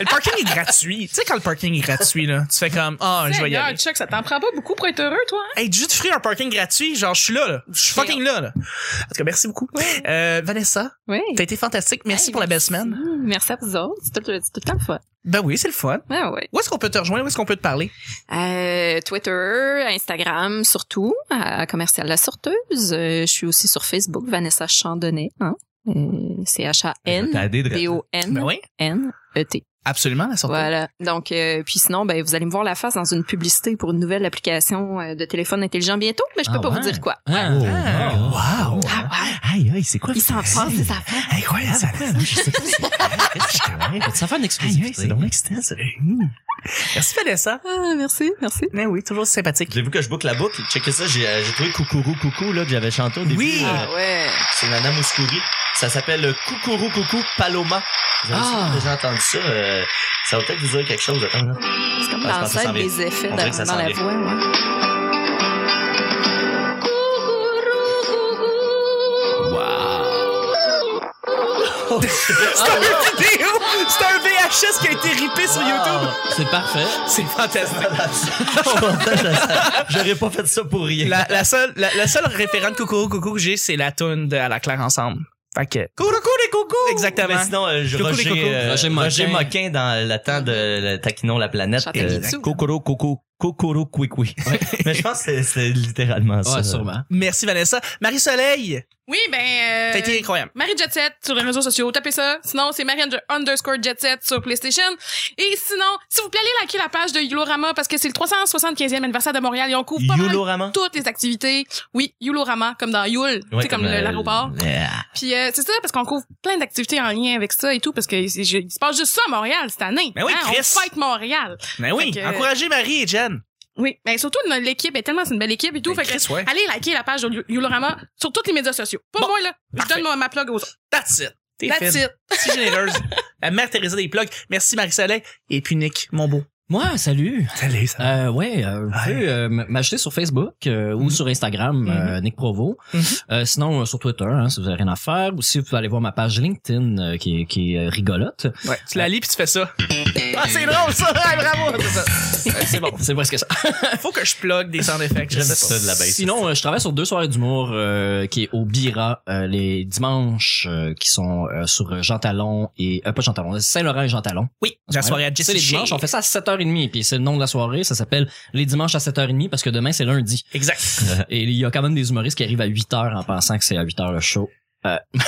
[SPEAKER 1] Le parking est gratuit. Tu sais, quand le parking est gratuit, là, tu fais comme, ah, je vais y
[SPEAKER 2] Seigneur,
[SPEAKER 1] aller.
[SPEAKER 2] Chuck, ça t'en prend pas beaucoup pour être heureux, toi? hein?
[SPEAKER 1] Hey, jus de fruits, un parking gratuit, genre, je suis là, là. Je suis fucking là, là. En tout cas, merci beaucoup. Euh, Vanessa,
[SPEAKER 5] Oui.
[SPEAKER 1] t'as été fantastique. Merci
[SPEAKER 5] Hey,
[SPEAKER 1] pour la belle semaine.
[SPEAKER 5] Mmh, Merci à vous autres. C'est tout, c'est tout le temps le fun.
[SPEAKER 1] Ben oui, c'est le fun.
[SPEAKER 5] Ouais, ouais.
[SPEAKER 1] Où est-ce qu'on peut te rejoindre? Où est-ce qu'on peut te parler?
[SPEAKER 5] Euh, Twitter, Instagram, surtout, à commercial la sorteuse. Euh, je suis aussi sur Facebook, Vanessa Chandonnet, hein. Euh, C'est
[SPEAKER 4] T'as
[SPEAKER 5] H-A-N,
[SPEAKER 4] des dreads.
[SPEAKER 1] Ben
[SPEAKER 5] D-O-N,
[SPEAKER 1] oui.
[SPEAKER 5] N, E E-T.
[SPEAKER 1] Absolument, la sortie.
[SPEAKER 5] Voilà. Donc, euh, puis sinon, ben, vous allez me voir la face dans une publicité pour une nouvelle application euh, de téléphone intelligent bientôt, mais je peux
[SPEAKER 3] Ah
[SPEAKER 5] pas
[SPEAKER 3] ouais?
[SPEAKER 5] vous dire quoi.
[SPEAKER 4] oh,
[SPEAKER 3] Ah.
[SPEAKER 1] Ah, wow.
[SPEAKER 5] Ah ouais,
[SPEAKER 4] Aïe, aïe, c'est quoi?
[SPEAKER 5] il s'en passe des affaires.
[SPEAKER 4] Incroyable, ça. Je sais pas si- Qu'est-ce que je connais?
[SPEAKER 3] Ça fait une
[SPEAKER 4] Aïe, aïe,
[SPEAKER 3] exclusivité.
[SPEAKER 4] c'est donc excitant, ça.
[SPEAKER 1] Merci, Vanessa.
[SPEAKER 5] Ah, merci, merci.
[SPEAKER 1] Ben oui, toujours sympathique.
[SPEAKER 4] J'ai vu que je boucle la boucle. Checkez ça, j'ai euh, j'ai trouvé Coucourou Coucou, là, que j'avais chanté au début.
[SPEAKER 1] Oui.
[SPEAKER 4] Euh,
[SPEAKER 5] Ah ouais.
[SPEAKER 4] C'est Nana Mouskouri. Ça s'appelle euh, Coucourou Coucou Paloma. Vous avez
[SPEAKER 3] Ah.
[SPEAKER 4] sûrement déjà entendu ça. euh, ça va peut-être vous dire quelque chose. Attends, là.
[SPEAKER 5] C'est comme
[SPEAKER 4] Ah, je pensais que ça
[SPEAKER 5] l'ensemble des effets
[SPEAKER 4] On
[SPEAKER 5] dans,
[SPEAKER 4] dirait que ça
[SPEAKER 5] dans
[SPEAKER 4] s'en
[SPEAKER 5] la
[SPEAKER 4] vient.
[SPEAKER 5] voix, ouais.
[SPEAKER 1] C'est un vidéo! C'est un VHS qui a été ripé sur YouTube!
[SPEAKER 3] C'est parfait.
[SPEAKER 1] C'est fantastique.
[SPEAKER 4] Je suis content, je- J'aurais pas fait ça pour rien.
[SPEAKER 1] La, la seule, la, la seule référente coucou coucou que j'ai, c'est la toune de À la Claire Ensemble. Fait que. Coucou les coucou! Exactement.
[SPEAKER 4] Mais sinon, euh, je-
[SPEAKER 1] Coucou les
[SPEAKER 4] Roger,
[SPEAKER 1] cocos.
[SPEAKER 4] euh,
[SPEAKER 3] Roger
[SPEAKER 4] Roger,
[SPEAKER 3] Moquin.
[SPEAKER 4] Moquin dans le temps de le Taquinons la planète. euh,
[SPEAKER 5] Chantal
[SPEAKER 1] Guizou.
[SPEAKER 4] Kokoro, Coco, Kokoro, Koui, Koui. Mais je pense que c'est- c'est littéralement ça.
[SPEAKER 3] Ouais, sûrement.
[SPEAKER 1] Merci Vanessa. Marie-Soleil,
[SPEAKER 2] Oui, ben, euh,
[SPEAKER 1] t'as été incroyable.
[SPEAKER 2] Marie Jet Set sur les réseaux sociaux, tapez ça. Sinon, c'est Marie under- underscore Jet Set sur PlayStation. Et sinon, s'il vous plaît, allez liker la page de Yulorama parce que c'est le 375e anniversaire de Montréal et on couvre pas mal
[SPEAKER 4] Yulorama.
[SPEAKER 2] toutes les activités. Oui, Yulorama, comme dans Yule, tu sais,
[SPEAKER 4] Ouais,
[SPEAKER 2] comme
[SPEAKER 4] euh, Ah,
[SPEAKER 2] le- l'aéroport.
[SPEAKER 4] yeah.
[SPEAKER 2] Puis euh, c'est ça, parce qu'on couvre plein d'activités en lien avec ça et tout, parce que c'est- je- il se passe juste ça à Montréal cette année. Hein,
[SPEAKER 1] Ben oui, Chris.
[SPEAKER 2] On fight Montréal.
[SPEAKER 1] Ben oui,
[SPEAKER 2] Fait que-
[SPEAKER 1] encouragez Marie et Jen.
[SPEAKER 2] Oui, mais surtout, notre- l'équipe est tellement, c'est une belle équipe et tout.
[SPEAKER 1] Ben,
[SPEAKER 2] fait que,
[SPEAKER 1] Chris, ouais.
[SPEAKER 2] allez liker la page de Yu- Yulorama sur toutes les médias sociaux. Pas
[SPEAKER 1] Bon,
[SPEAKER 2] moi, là. Je
[SPEAKER 1] parfait.
[SPEAKER 2] donne ma, ma plug aux autres.
[SPEAKER 1] That's it. T'es
[SPEAKER 2] That's
[SPEAKER 1] fine.
[SPEAKER 2] it.
[SPEAKER 1] Si généreuse. La mère Teresa des plugs. Merci Marie-Soleil. Et puis Nick, mon beau.
[SPEAKER 3] Moi, salut.
[SPEAKER 1] Salut, ça.
[SPEAKER 3] Euh, ouais, euh, vous
[SPEAKER 1] Ah.
[SPEAKER 3] pouvez euh, m- m'ajouter sur Facebook euh, ou sur Instagram, euh, Nick Provo.
[SPEAKER 1] Mhm.
[SPEAKER 3] Euh, sinon, euh, sur Twitter, hein, si vous avez rien à faire. Ou si vous pouvez aller voir ma page LinkedIn euh, qui, est- qui est euh, rigolote.
[SPEAKER 1] Ouais, tu la lis puis tu fais ça. Ah, c'est drôle ça! Ouais, bravo! C'est ça. Ouais, c'est bon.
[SPEAKER 3] C'est presque ça.
[SPEAKER 1] Faut que je plug des sound effects. Je
[SPEAKER 4] J'aime
[SPEAKER 1] sais
[SPEAKER 4] ça
[SPEAKER 1] pas.
[SPEAKER 4] de la base.
[SPEAKER 3] Sinon, euh, je travaille sur deux soirées d'humour euh, qui est au Bira euh, les dimanches euh, qui sont euh, sur euh, Jean Talon et... euh, pas Jean Talon, Saint-Laurent et Jean Talon.
[SPEAKER 1] Oui, la soirée à
[SPEAKER 3] C'est
[SPEAKER 1] Jesse
[SPEAKER 3] les
[SPEAKER 1] Shea.
[SPEAKER 3] dimanches, on fait ça à 7h30 puis c'est le nom de la soirée, ça s'appelle les dimanches à 7h30 parce que demain c'est lundi.
[SPEAKER 1] Exact.
[SPEAKER 3] Et il y a quand même des humoristes qui arrivent à 8 heures en pensant que c'est à 8 heures le show. Euh,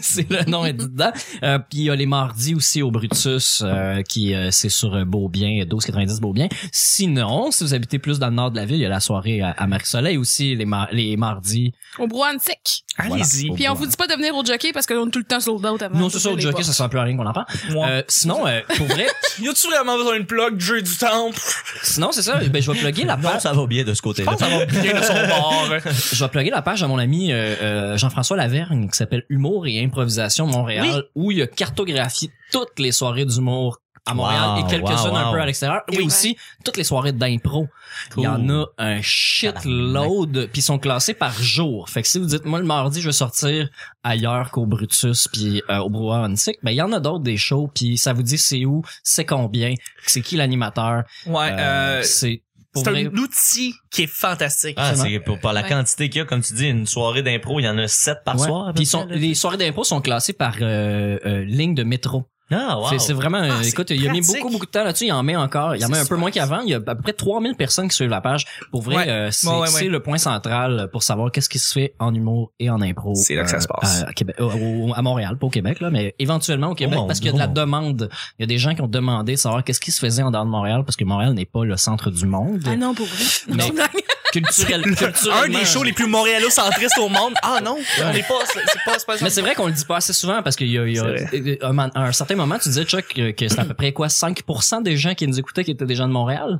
[SPEAKER 3] c'est le nom est dit dedans. Euh, Puis il y a les mardis aussi au Brutus euh, qui euh, c'est sur euh, Beaubien, 1290 Beaubien. Sinon, si vous habitez plus dans le nord de la ville, il y a la soirée à, à Marie-Soleil aussi les, mar- les mardis.
[SPEAKER 2] On broie une sec.
[SPEAKER 1] Allez-y.
[SPEAKER 3] Voilà.
[SPEAKER 2] Puis on vous dit pas de venir au jockey parce qu'on est tout le temps sold out avant.
[SPEAKER 3] Non, c'est ça au jockey, ça sent plus à rien qu'on en parle.
[SPEAKER 1] Moi.
[SPEAKER 3] Euh, sinon, euh, pour vrai,
[SPEAKER 1] Y a-tu vraiment besoin d'une plug, jeu du temple?
[SPEAKER 3] sinon c'est ça, ben je vais plugger la
[SPEAKER 4] Non,
[SPEAKER 3] page,
[SPEAKER 4] ça va bien de ce
[SPEAKER 1] Je
[SPEAKER 3] Eh
[SPEAKER 4] côté-là.
[SPEAKER 3] ben,
[SPEAKER 1] pense que ça va bien de son bord.
[SPEAKER 3] je vais plugger la page à mon ami euh, euh, Jean-François Lavergne qui s'appelle Humour et improvisation Montréal où il a cartographié toutes les soirées d'humour à Montréal
[SPEAKER 4] Wow,
[SPEAKER 3] et quelques-unes
[SPEAKER 4] wow,
[SPEAKER 3] un peu
[SPEAKER 4] wow.
[SPEAKER 3] à l'extérieur et
[SPEAKER 5] Oui.
[SPEAKER 3] aussi toutes les soirées d'impro. Il y en a un shitload puis ils sont classés par jour. Fait que si vous dites moi le mardi je vais sortir ailleurs qu'au Brutus puis euh, au Brouhaha Antique, ben il y en a d'autres des shows puis ça vous dit c'est où, c'est combien, c'est qui l'animateur,
[SPEAKER 1] Ouais,
[SPEAKER 3] euh,
[SPEAKER 1] euh,
[SPEAKER 3] c'est pour
[SPEAKER 1] c'est
[SPEAKER 3] vrai-
[SPEAKER 1] un outil qui est fantastique.
[SPEAKER 4] Ah,
[SPEAKER 3] Absolument.
[SPEAKER 4] c'est pour, par la
[SPEAKER 5] Ouais.
[SPEAKER 4] quantité qu'il y a, comme tu dis, une soirée d'impro, il y en a sept par
[SPEAKER 3] Ouais.
[SPEAKER 4] soir. à peu
[SPEAKER 3] Puis ils
[SPEAKER 4] près,
[SPEAKER 3] sont,
[SPEAKER 4] là.
[SPEAKER 3] les soirées d'impro sont classées par euh, euh, ligne de métro.
[SPEAKER 4] Ah, wow.
[SPEAKER 3] C'est- C'est vraiment, euh,
[SPEAKER 1] c'est
[SPEAKER 3] écoute, il a mis
[SPEAKER 1] pratique.
[SPEAKER 3] beaucoup, beaucoup de temps là-dessus. Il en met encore. Il en
[SPEAKER 1] C'est
[SPEAKER 3] met un peu
[SPEAKER 1] super,
[SPEAKER 3] moins qu'avant. Il y a à peu près 3000 personnes qui suivent la page. Pour vrai,
[SPEAKER 1] Ouais.
[SPEAKER 3] euh, c'est
[SPEAKER 1] Ouais, ouais,
[SPEAKER 3] c'est
[SPEAKER 1] ouais.
[SPEAKER 3] le point central pour savoir qu'est-ce qui se fait en humour et en impro.
[SPEAKER 1] C'est là que ça se passe.
[SPEAKER 3] À, à Québec, euh, au- à Montréal, pas au Québec, là, mais éventuellement au Québec
[SPEAKER 4] Oh mon
[SPEAKER 3] parce qu'il y a
[SPEAKER 4] Dieu,
[SPEAKER 3] de la
[SPEAKER 4] mon-
[SPEAKER 3] demande. Il y a des gens qui ont
[SPEAKER 1] Ah
[SPEAKER 3] demandé de savoir qu'est-ce qui se faisait en dehors de Montréal parce que Montréal n'est pas le centre du monde.
[SPEAKER 2] Ah non, pour vrai.
[SPEAKER 3] Mais-
[SPEAKER 2] Non.
[SPEAKER 3] culturel, culturellement.
[SPEAKER 1] Un des shows les plus montréalocentristes au monde. Ah non, on n'est pas, c'est c'est pas, c'est pas
[SPEAKER 3] Mais c'est vrai qu'on le dit pas assez souvent parce qu'il y a, il y a- à un moment- à un certain moment, tu disais, Chuck, que que c'était à peu près quoi, 5% des gens qui nous écoutaient qui étaient des gens de Montréal?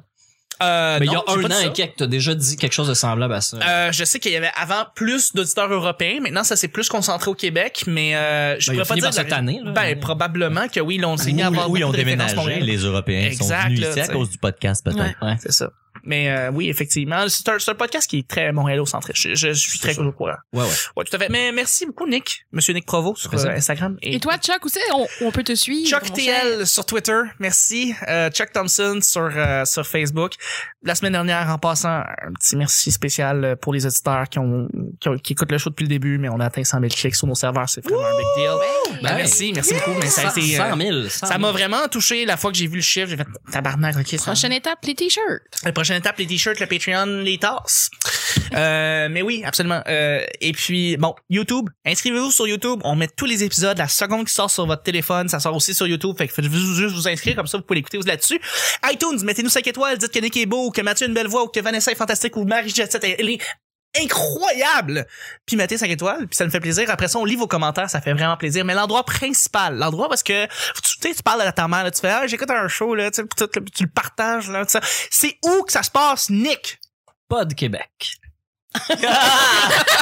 [SPEAKER 1] Euh,
[SPEAKER 3] Mais il y
[SPEAKER 1] non,
[SPEAKER 3] a
[SPEAKER 1] j'ai
[SPEAKER 3] un
[SPEAKER 1] pas dit
[SPEAKER 3] an
[SPEAKER 1] ça.
[SPEAKER 3] et quelques, t'as déjà dit quelque chose de semblable à ça.
[SPEAKER 1] Euh, je sais qu'il y avait avant plus d'auditeurs européens. Maintenant, ça s'est plus concentré au Québec, mais euh, je
[SPEAKER 3] Ben, il a
[SPEAKER 1] pourrais pas
[SPEAKER 3] fini
[SPEAKER 1] dire
[SPEAKER 3] par cette
[SPEAKER 1] la-
[SPEAKER 3] année, là.
[SPEAKER 1] Ben probablement que oui, l'on s'est mis à
[SPEAKER 4] Oui,
[SPEAKER 1] avoir
[SPEAKER 4] oui, ils ont
[SPEAKER 1] beaucoup de références
[SPEAKER 4] déménagé,
[SPEAKER 1] Montréal.
[SPEAKER 4] les Européens
[SPEAKER 1] Exact,
[SPEAKER 4] sont venus
[SPEAKER 1] là,
[SPEAKER 4] ici à
[SPEAKER 1] tu sais.
[SPEAKER 4] cause du podcast, peut-être.
[SPEAKER 2] Ouais.
[SPEAKER 1] C'est ça. Mais euh, oui, effectivement, c'est un, c'est un podcast qui est très montréalocentré. Je, je suis très au courant.
[SPEAKER 3] ouais, ouais.
[SPEAKER 1] Ouais, tout à fait. Mais merci beaucoup, Nick, Monsieur Nick Provo sur
[SPEAKER 3] Plaisir.
[SPEAKER 1] euh, Instagram
[SPEAKER 2] Et toi, Chuck, où c'est? On, on peut te suivre.
[SPEAKER 1] Chuck
[SPEAKER 2] mon cher.
[SPEAKER 1] TL sur Twitter, merci. Euh, Chuck Thompson sur euh, sur Facebook. La semaine dernière, en passant, un petit merci spécial euh, pour les auditeurs qui ont, qui ont- qui écoutent le show depuis le début, mais on a atteint 100 000 clics sur nos serveurs, c'est vraiment un big deal. Ben,
[SPEAKER 3] Ouais.
[SPEAKER 1] merci, merci beaucoup. Mais ça a
[SPEAKER 3] 100
[SPEAKER 1] été, euh,
[SPEAKER 3] 000.
[SPEAKER 1] ça m'a vraiment touché la fois que j'ai vu le chiffre. J'ai fait tabarnak, ok. ça-
[SPEAKER 2] Prochaine étape, les t-shirts.
[SPEAKER 1] La prochaine étape, les t-shirts, le Patreon, les tasses. Euh, mais oui, absolument. Euh, et puis, bon, YouTube, inscrivez-vous sur YouTube. On met tous les épisodes, la seconde qui sort sur votre téléphone, ça sort aussi sur YouTube. Fait que faites juste vous inscrire, comme ça vous pouvez l'écouter là-dessus. iTunes, mettez-nous 5 étoiles, dites que Nick est beau, ou que Mathieu a une belle voix, ou que Vanessa est fantastique, ou Marie Jet Set, elle est incroyable. Puis mettez 5 étoiles, puis ça me fait plaisir. Après ça, on lit vos commentaires, ça fait vraiment plaisir. Mais l'endroit principal, l'endroit parce que tu tu sais, tu parles à ta mère, là, tu fais ah, j'écoute un show là, tu, sais, puis tu- tu le partages là, tout ça. C'est où que ça se passe, Nick
[SPEAKER 3] pas de Québec.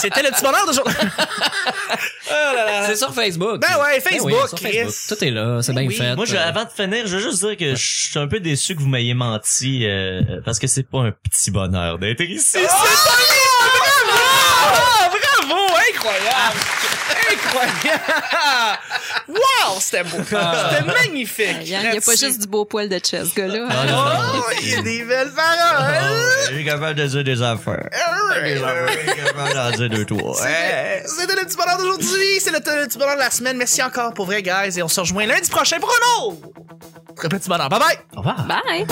[SPEAKER 1] C'était le petit bonheur d'aujourd'hui. oh là là.
[SPEAKER 3] C'est sur Facebook.
[SPEAKER 1] Ben ouais,
[SPEAKER 3] Ben
[SPEAKER 1] Facebook,
[SPEAKER 3] sur
[SPEAKER 1] Chris. Ben
[SPEAKER 3] Tout est là, c'est bien
[SPEAKER 1] Oui.
[SPEAKER 3] fait.
[SPEAKER 4] Moi, je-
[SPEAKER 3] Euh,
[SPEAKER 4] avant de finir, je veux juste dire que je suis un peu déçu que vous m'ayez menti euh, parce que c'est pas un petit bonheur d'être ici.
[SPEAKER 1] C'est Ah, un livre! Bravo! Bravo! Incroyable! Incroyable! Wow! C'était beau! C'était magnifique!
[SPEAKER 5] Il n'y Euh, a pas juste du beau poil de chest, ce
[SPEAKER 4] Ah,
[SPEAKER 5] gars-là. hein.
[SPEAKER 4] non, non.
[SPEAKER 1] Oh, il y a des belles
[SPEAKER 4] Ah!
[SPEAKER 1] paroles!
[SPEAKER 4] Oh, Je suis capable de dire des affaires.
[SPEAKER 1] Ah.
[SPEAKER 4] Je suis capable d'en dire deux, trois.
[SPEAKER 1] Ouais. C'était le petit bonheur d'aujourd'hui, c'est le, le petit bonheur de la semaine. Merci encore pour vrai, guys, et on se rejoint lundi prochain pour un autre très petit bonheur. Bye bye!
[SPEAKER 3] Au revoir.
[SPEAKER 5] Bye!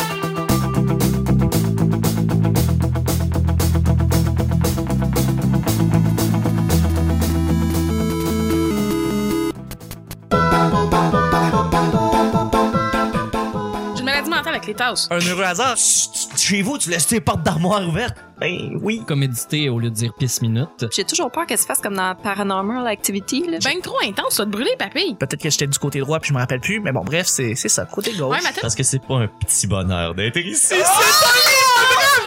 [SPEAKER 2] J'ai une maladie mentale avec les tasses.
[SPEAKER 1] Un heureux hasard.
[SPEAKER 4] Chut, Chez vous, tu laisses tes portes d'armoire ouvertes? Ben oui.
[SPEAKER 3] Comme édité au lieu de dire pisse minute.
[SPEAKER 5] J'ai toujours peur qu'elle se fasse comme dans Paranormal Activity. Là.
[SPEAKER 2] Ben trop intense, ça te brûler, papille.
[SPEAKER 1] Peut-être que j'étais du côté droit puis je me rappelle plus, mais bon, bref, c'est c'est ça, côté gauche.
[SPEAKER 2] Ouais, ma tête.
[SPEAKER 4] Parce que c'est pas un petit bonheur d'être ici.
[SPEAKER 2] Ah!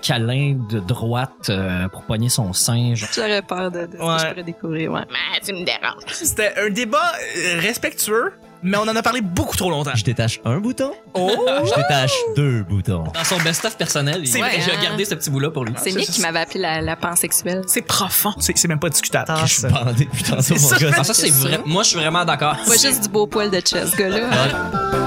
[SPEAKER 3] Câlin de droite euh, pour pogner son singe.
[SPEAKER 5] J'aurais peur de, de ce
[SPEAKER 1] Ouais.
[SPEAKER 5] que je pourrais découvrir. Ouais.
[SPEAKER 2] Ah, tu me déranges.
[SPEAKER 1] C'était un débat euh, respectueux, mais on en a parlé beaucoup trop longtemps.
[SPEAKER 4] Je détache un bouton.
[SPEAKER 1] Oh!
[SPEAKER 4] Je détache deux boutons.
[SPEAKER 3] Dans son best-of personnel, il-
[SPEAKER 1] C'est
[SPEAKER 5] vrai,
[SPEAKER 3] j'ai
[SPEAKER 5] hein?
[SPEAKER 3] gardé ce petit bout-là pour lui.
[SPEAKER 1] Ah,
[SPEAKER 5] C'est Nick qui m'avait appelé la, la pansexuelle.
[SPEAKER 2] C'est profond.
[SPEAKER 1] C'est c'est même pas discutable.
[SPEAKER 4] Que je suis bandé, putain,
[SPEAKER 1] C'est
[SPEAKER 4] mon
[SPEAKER 1] ça.
[SPEAKER 4] gars.
[SPEAKER 3] Ah, ça, c'est vrai. Moi, je suis vraiment d'accord.
[SPEAKER 5] Pas juste du beau poil de chest, ce gars-là. hein.
[SPEAKER 4] Ah.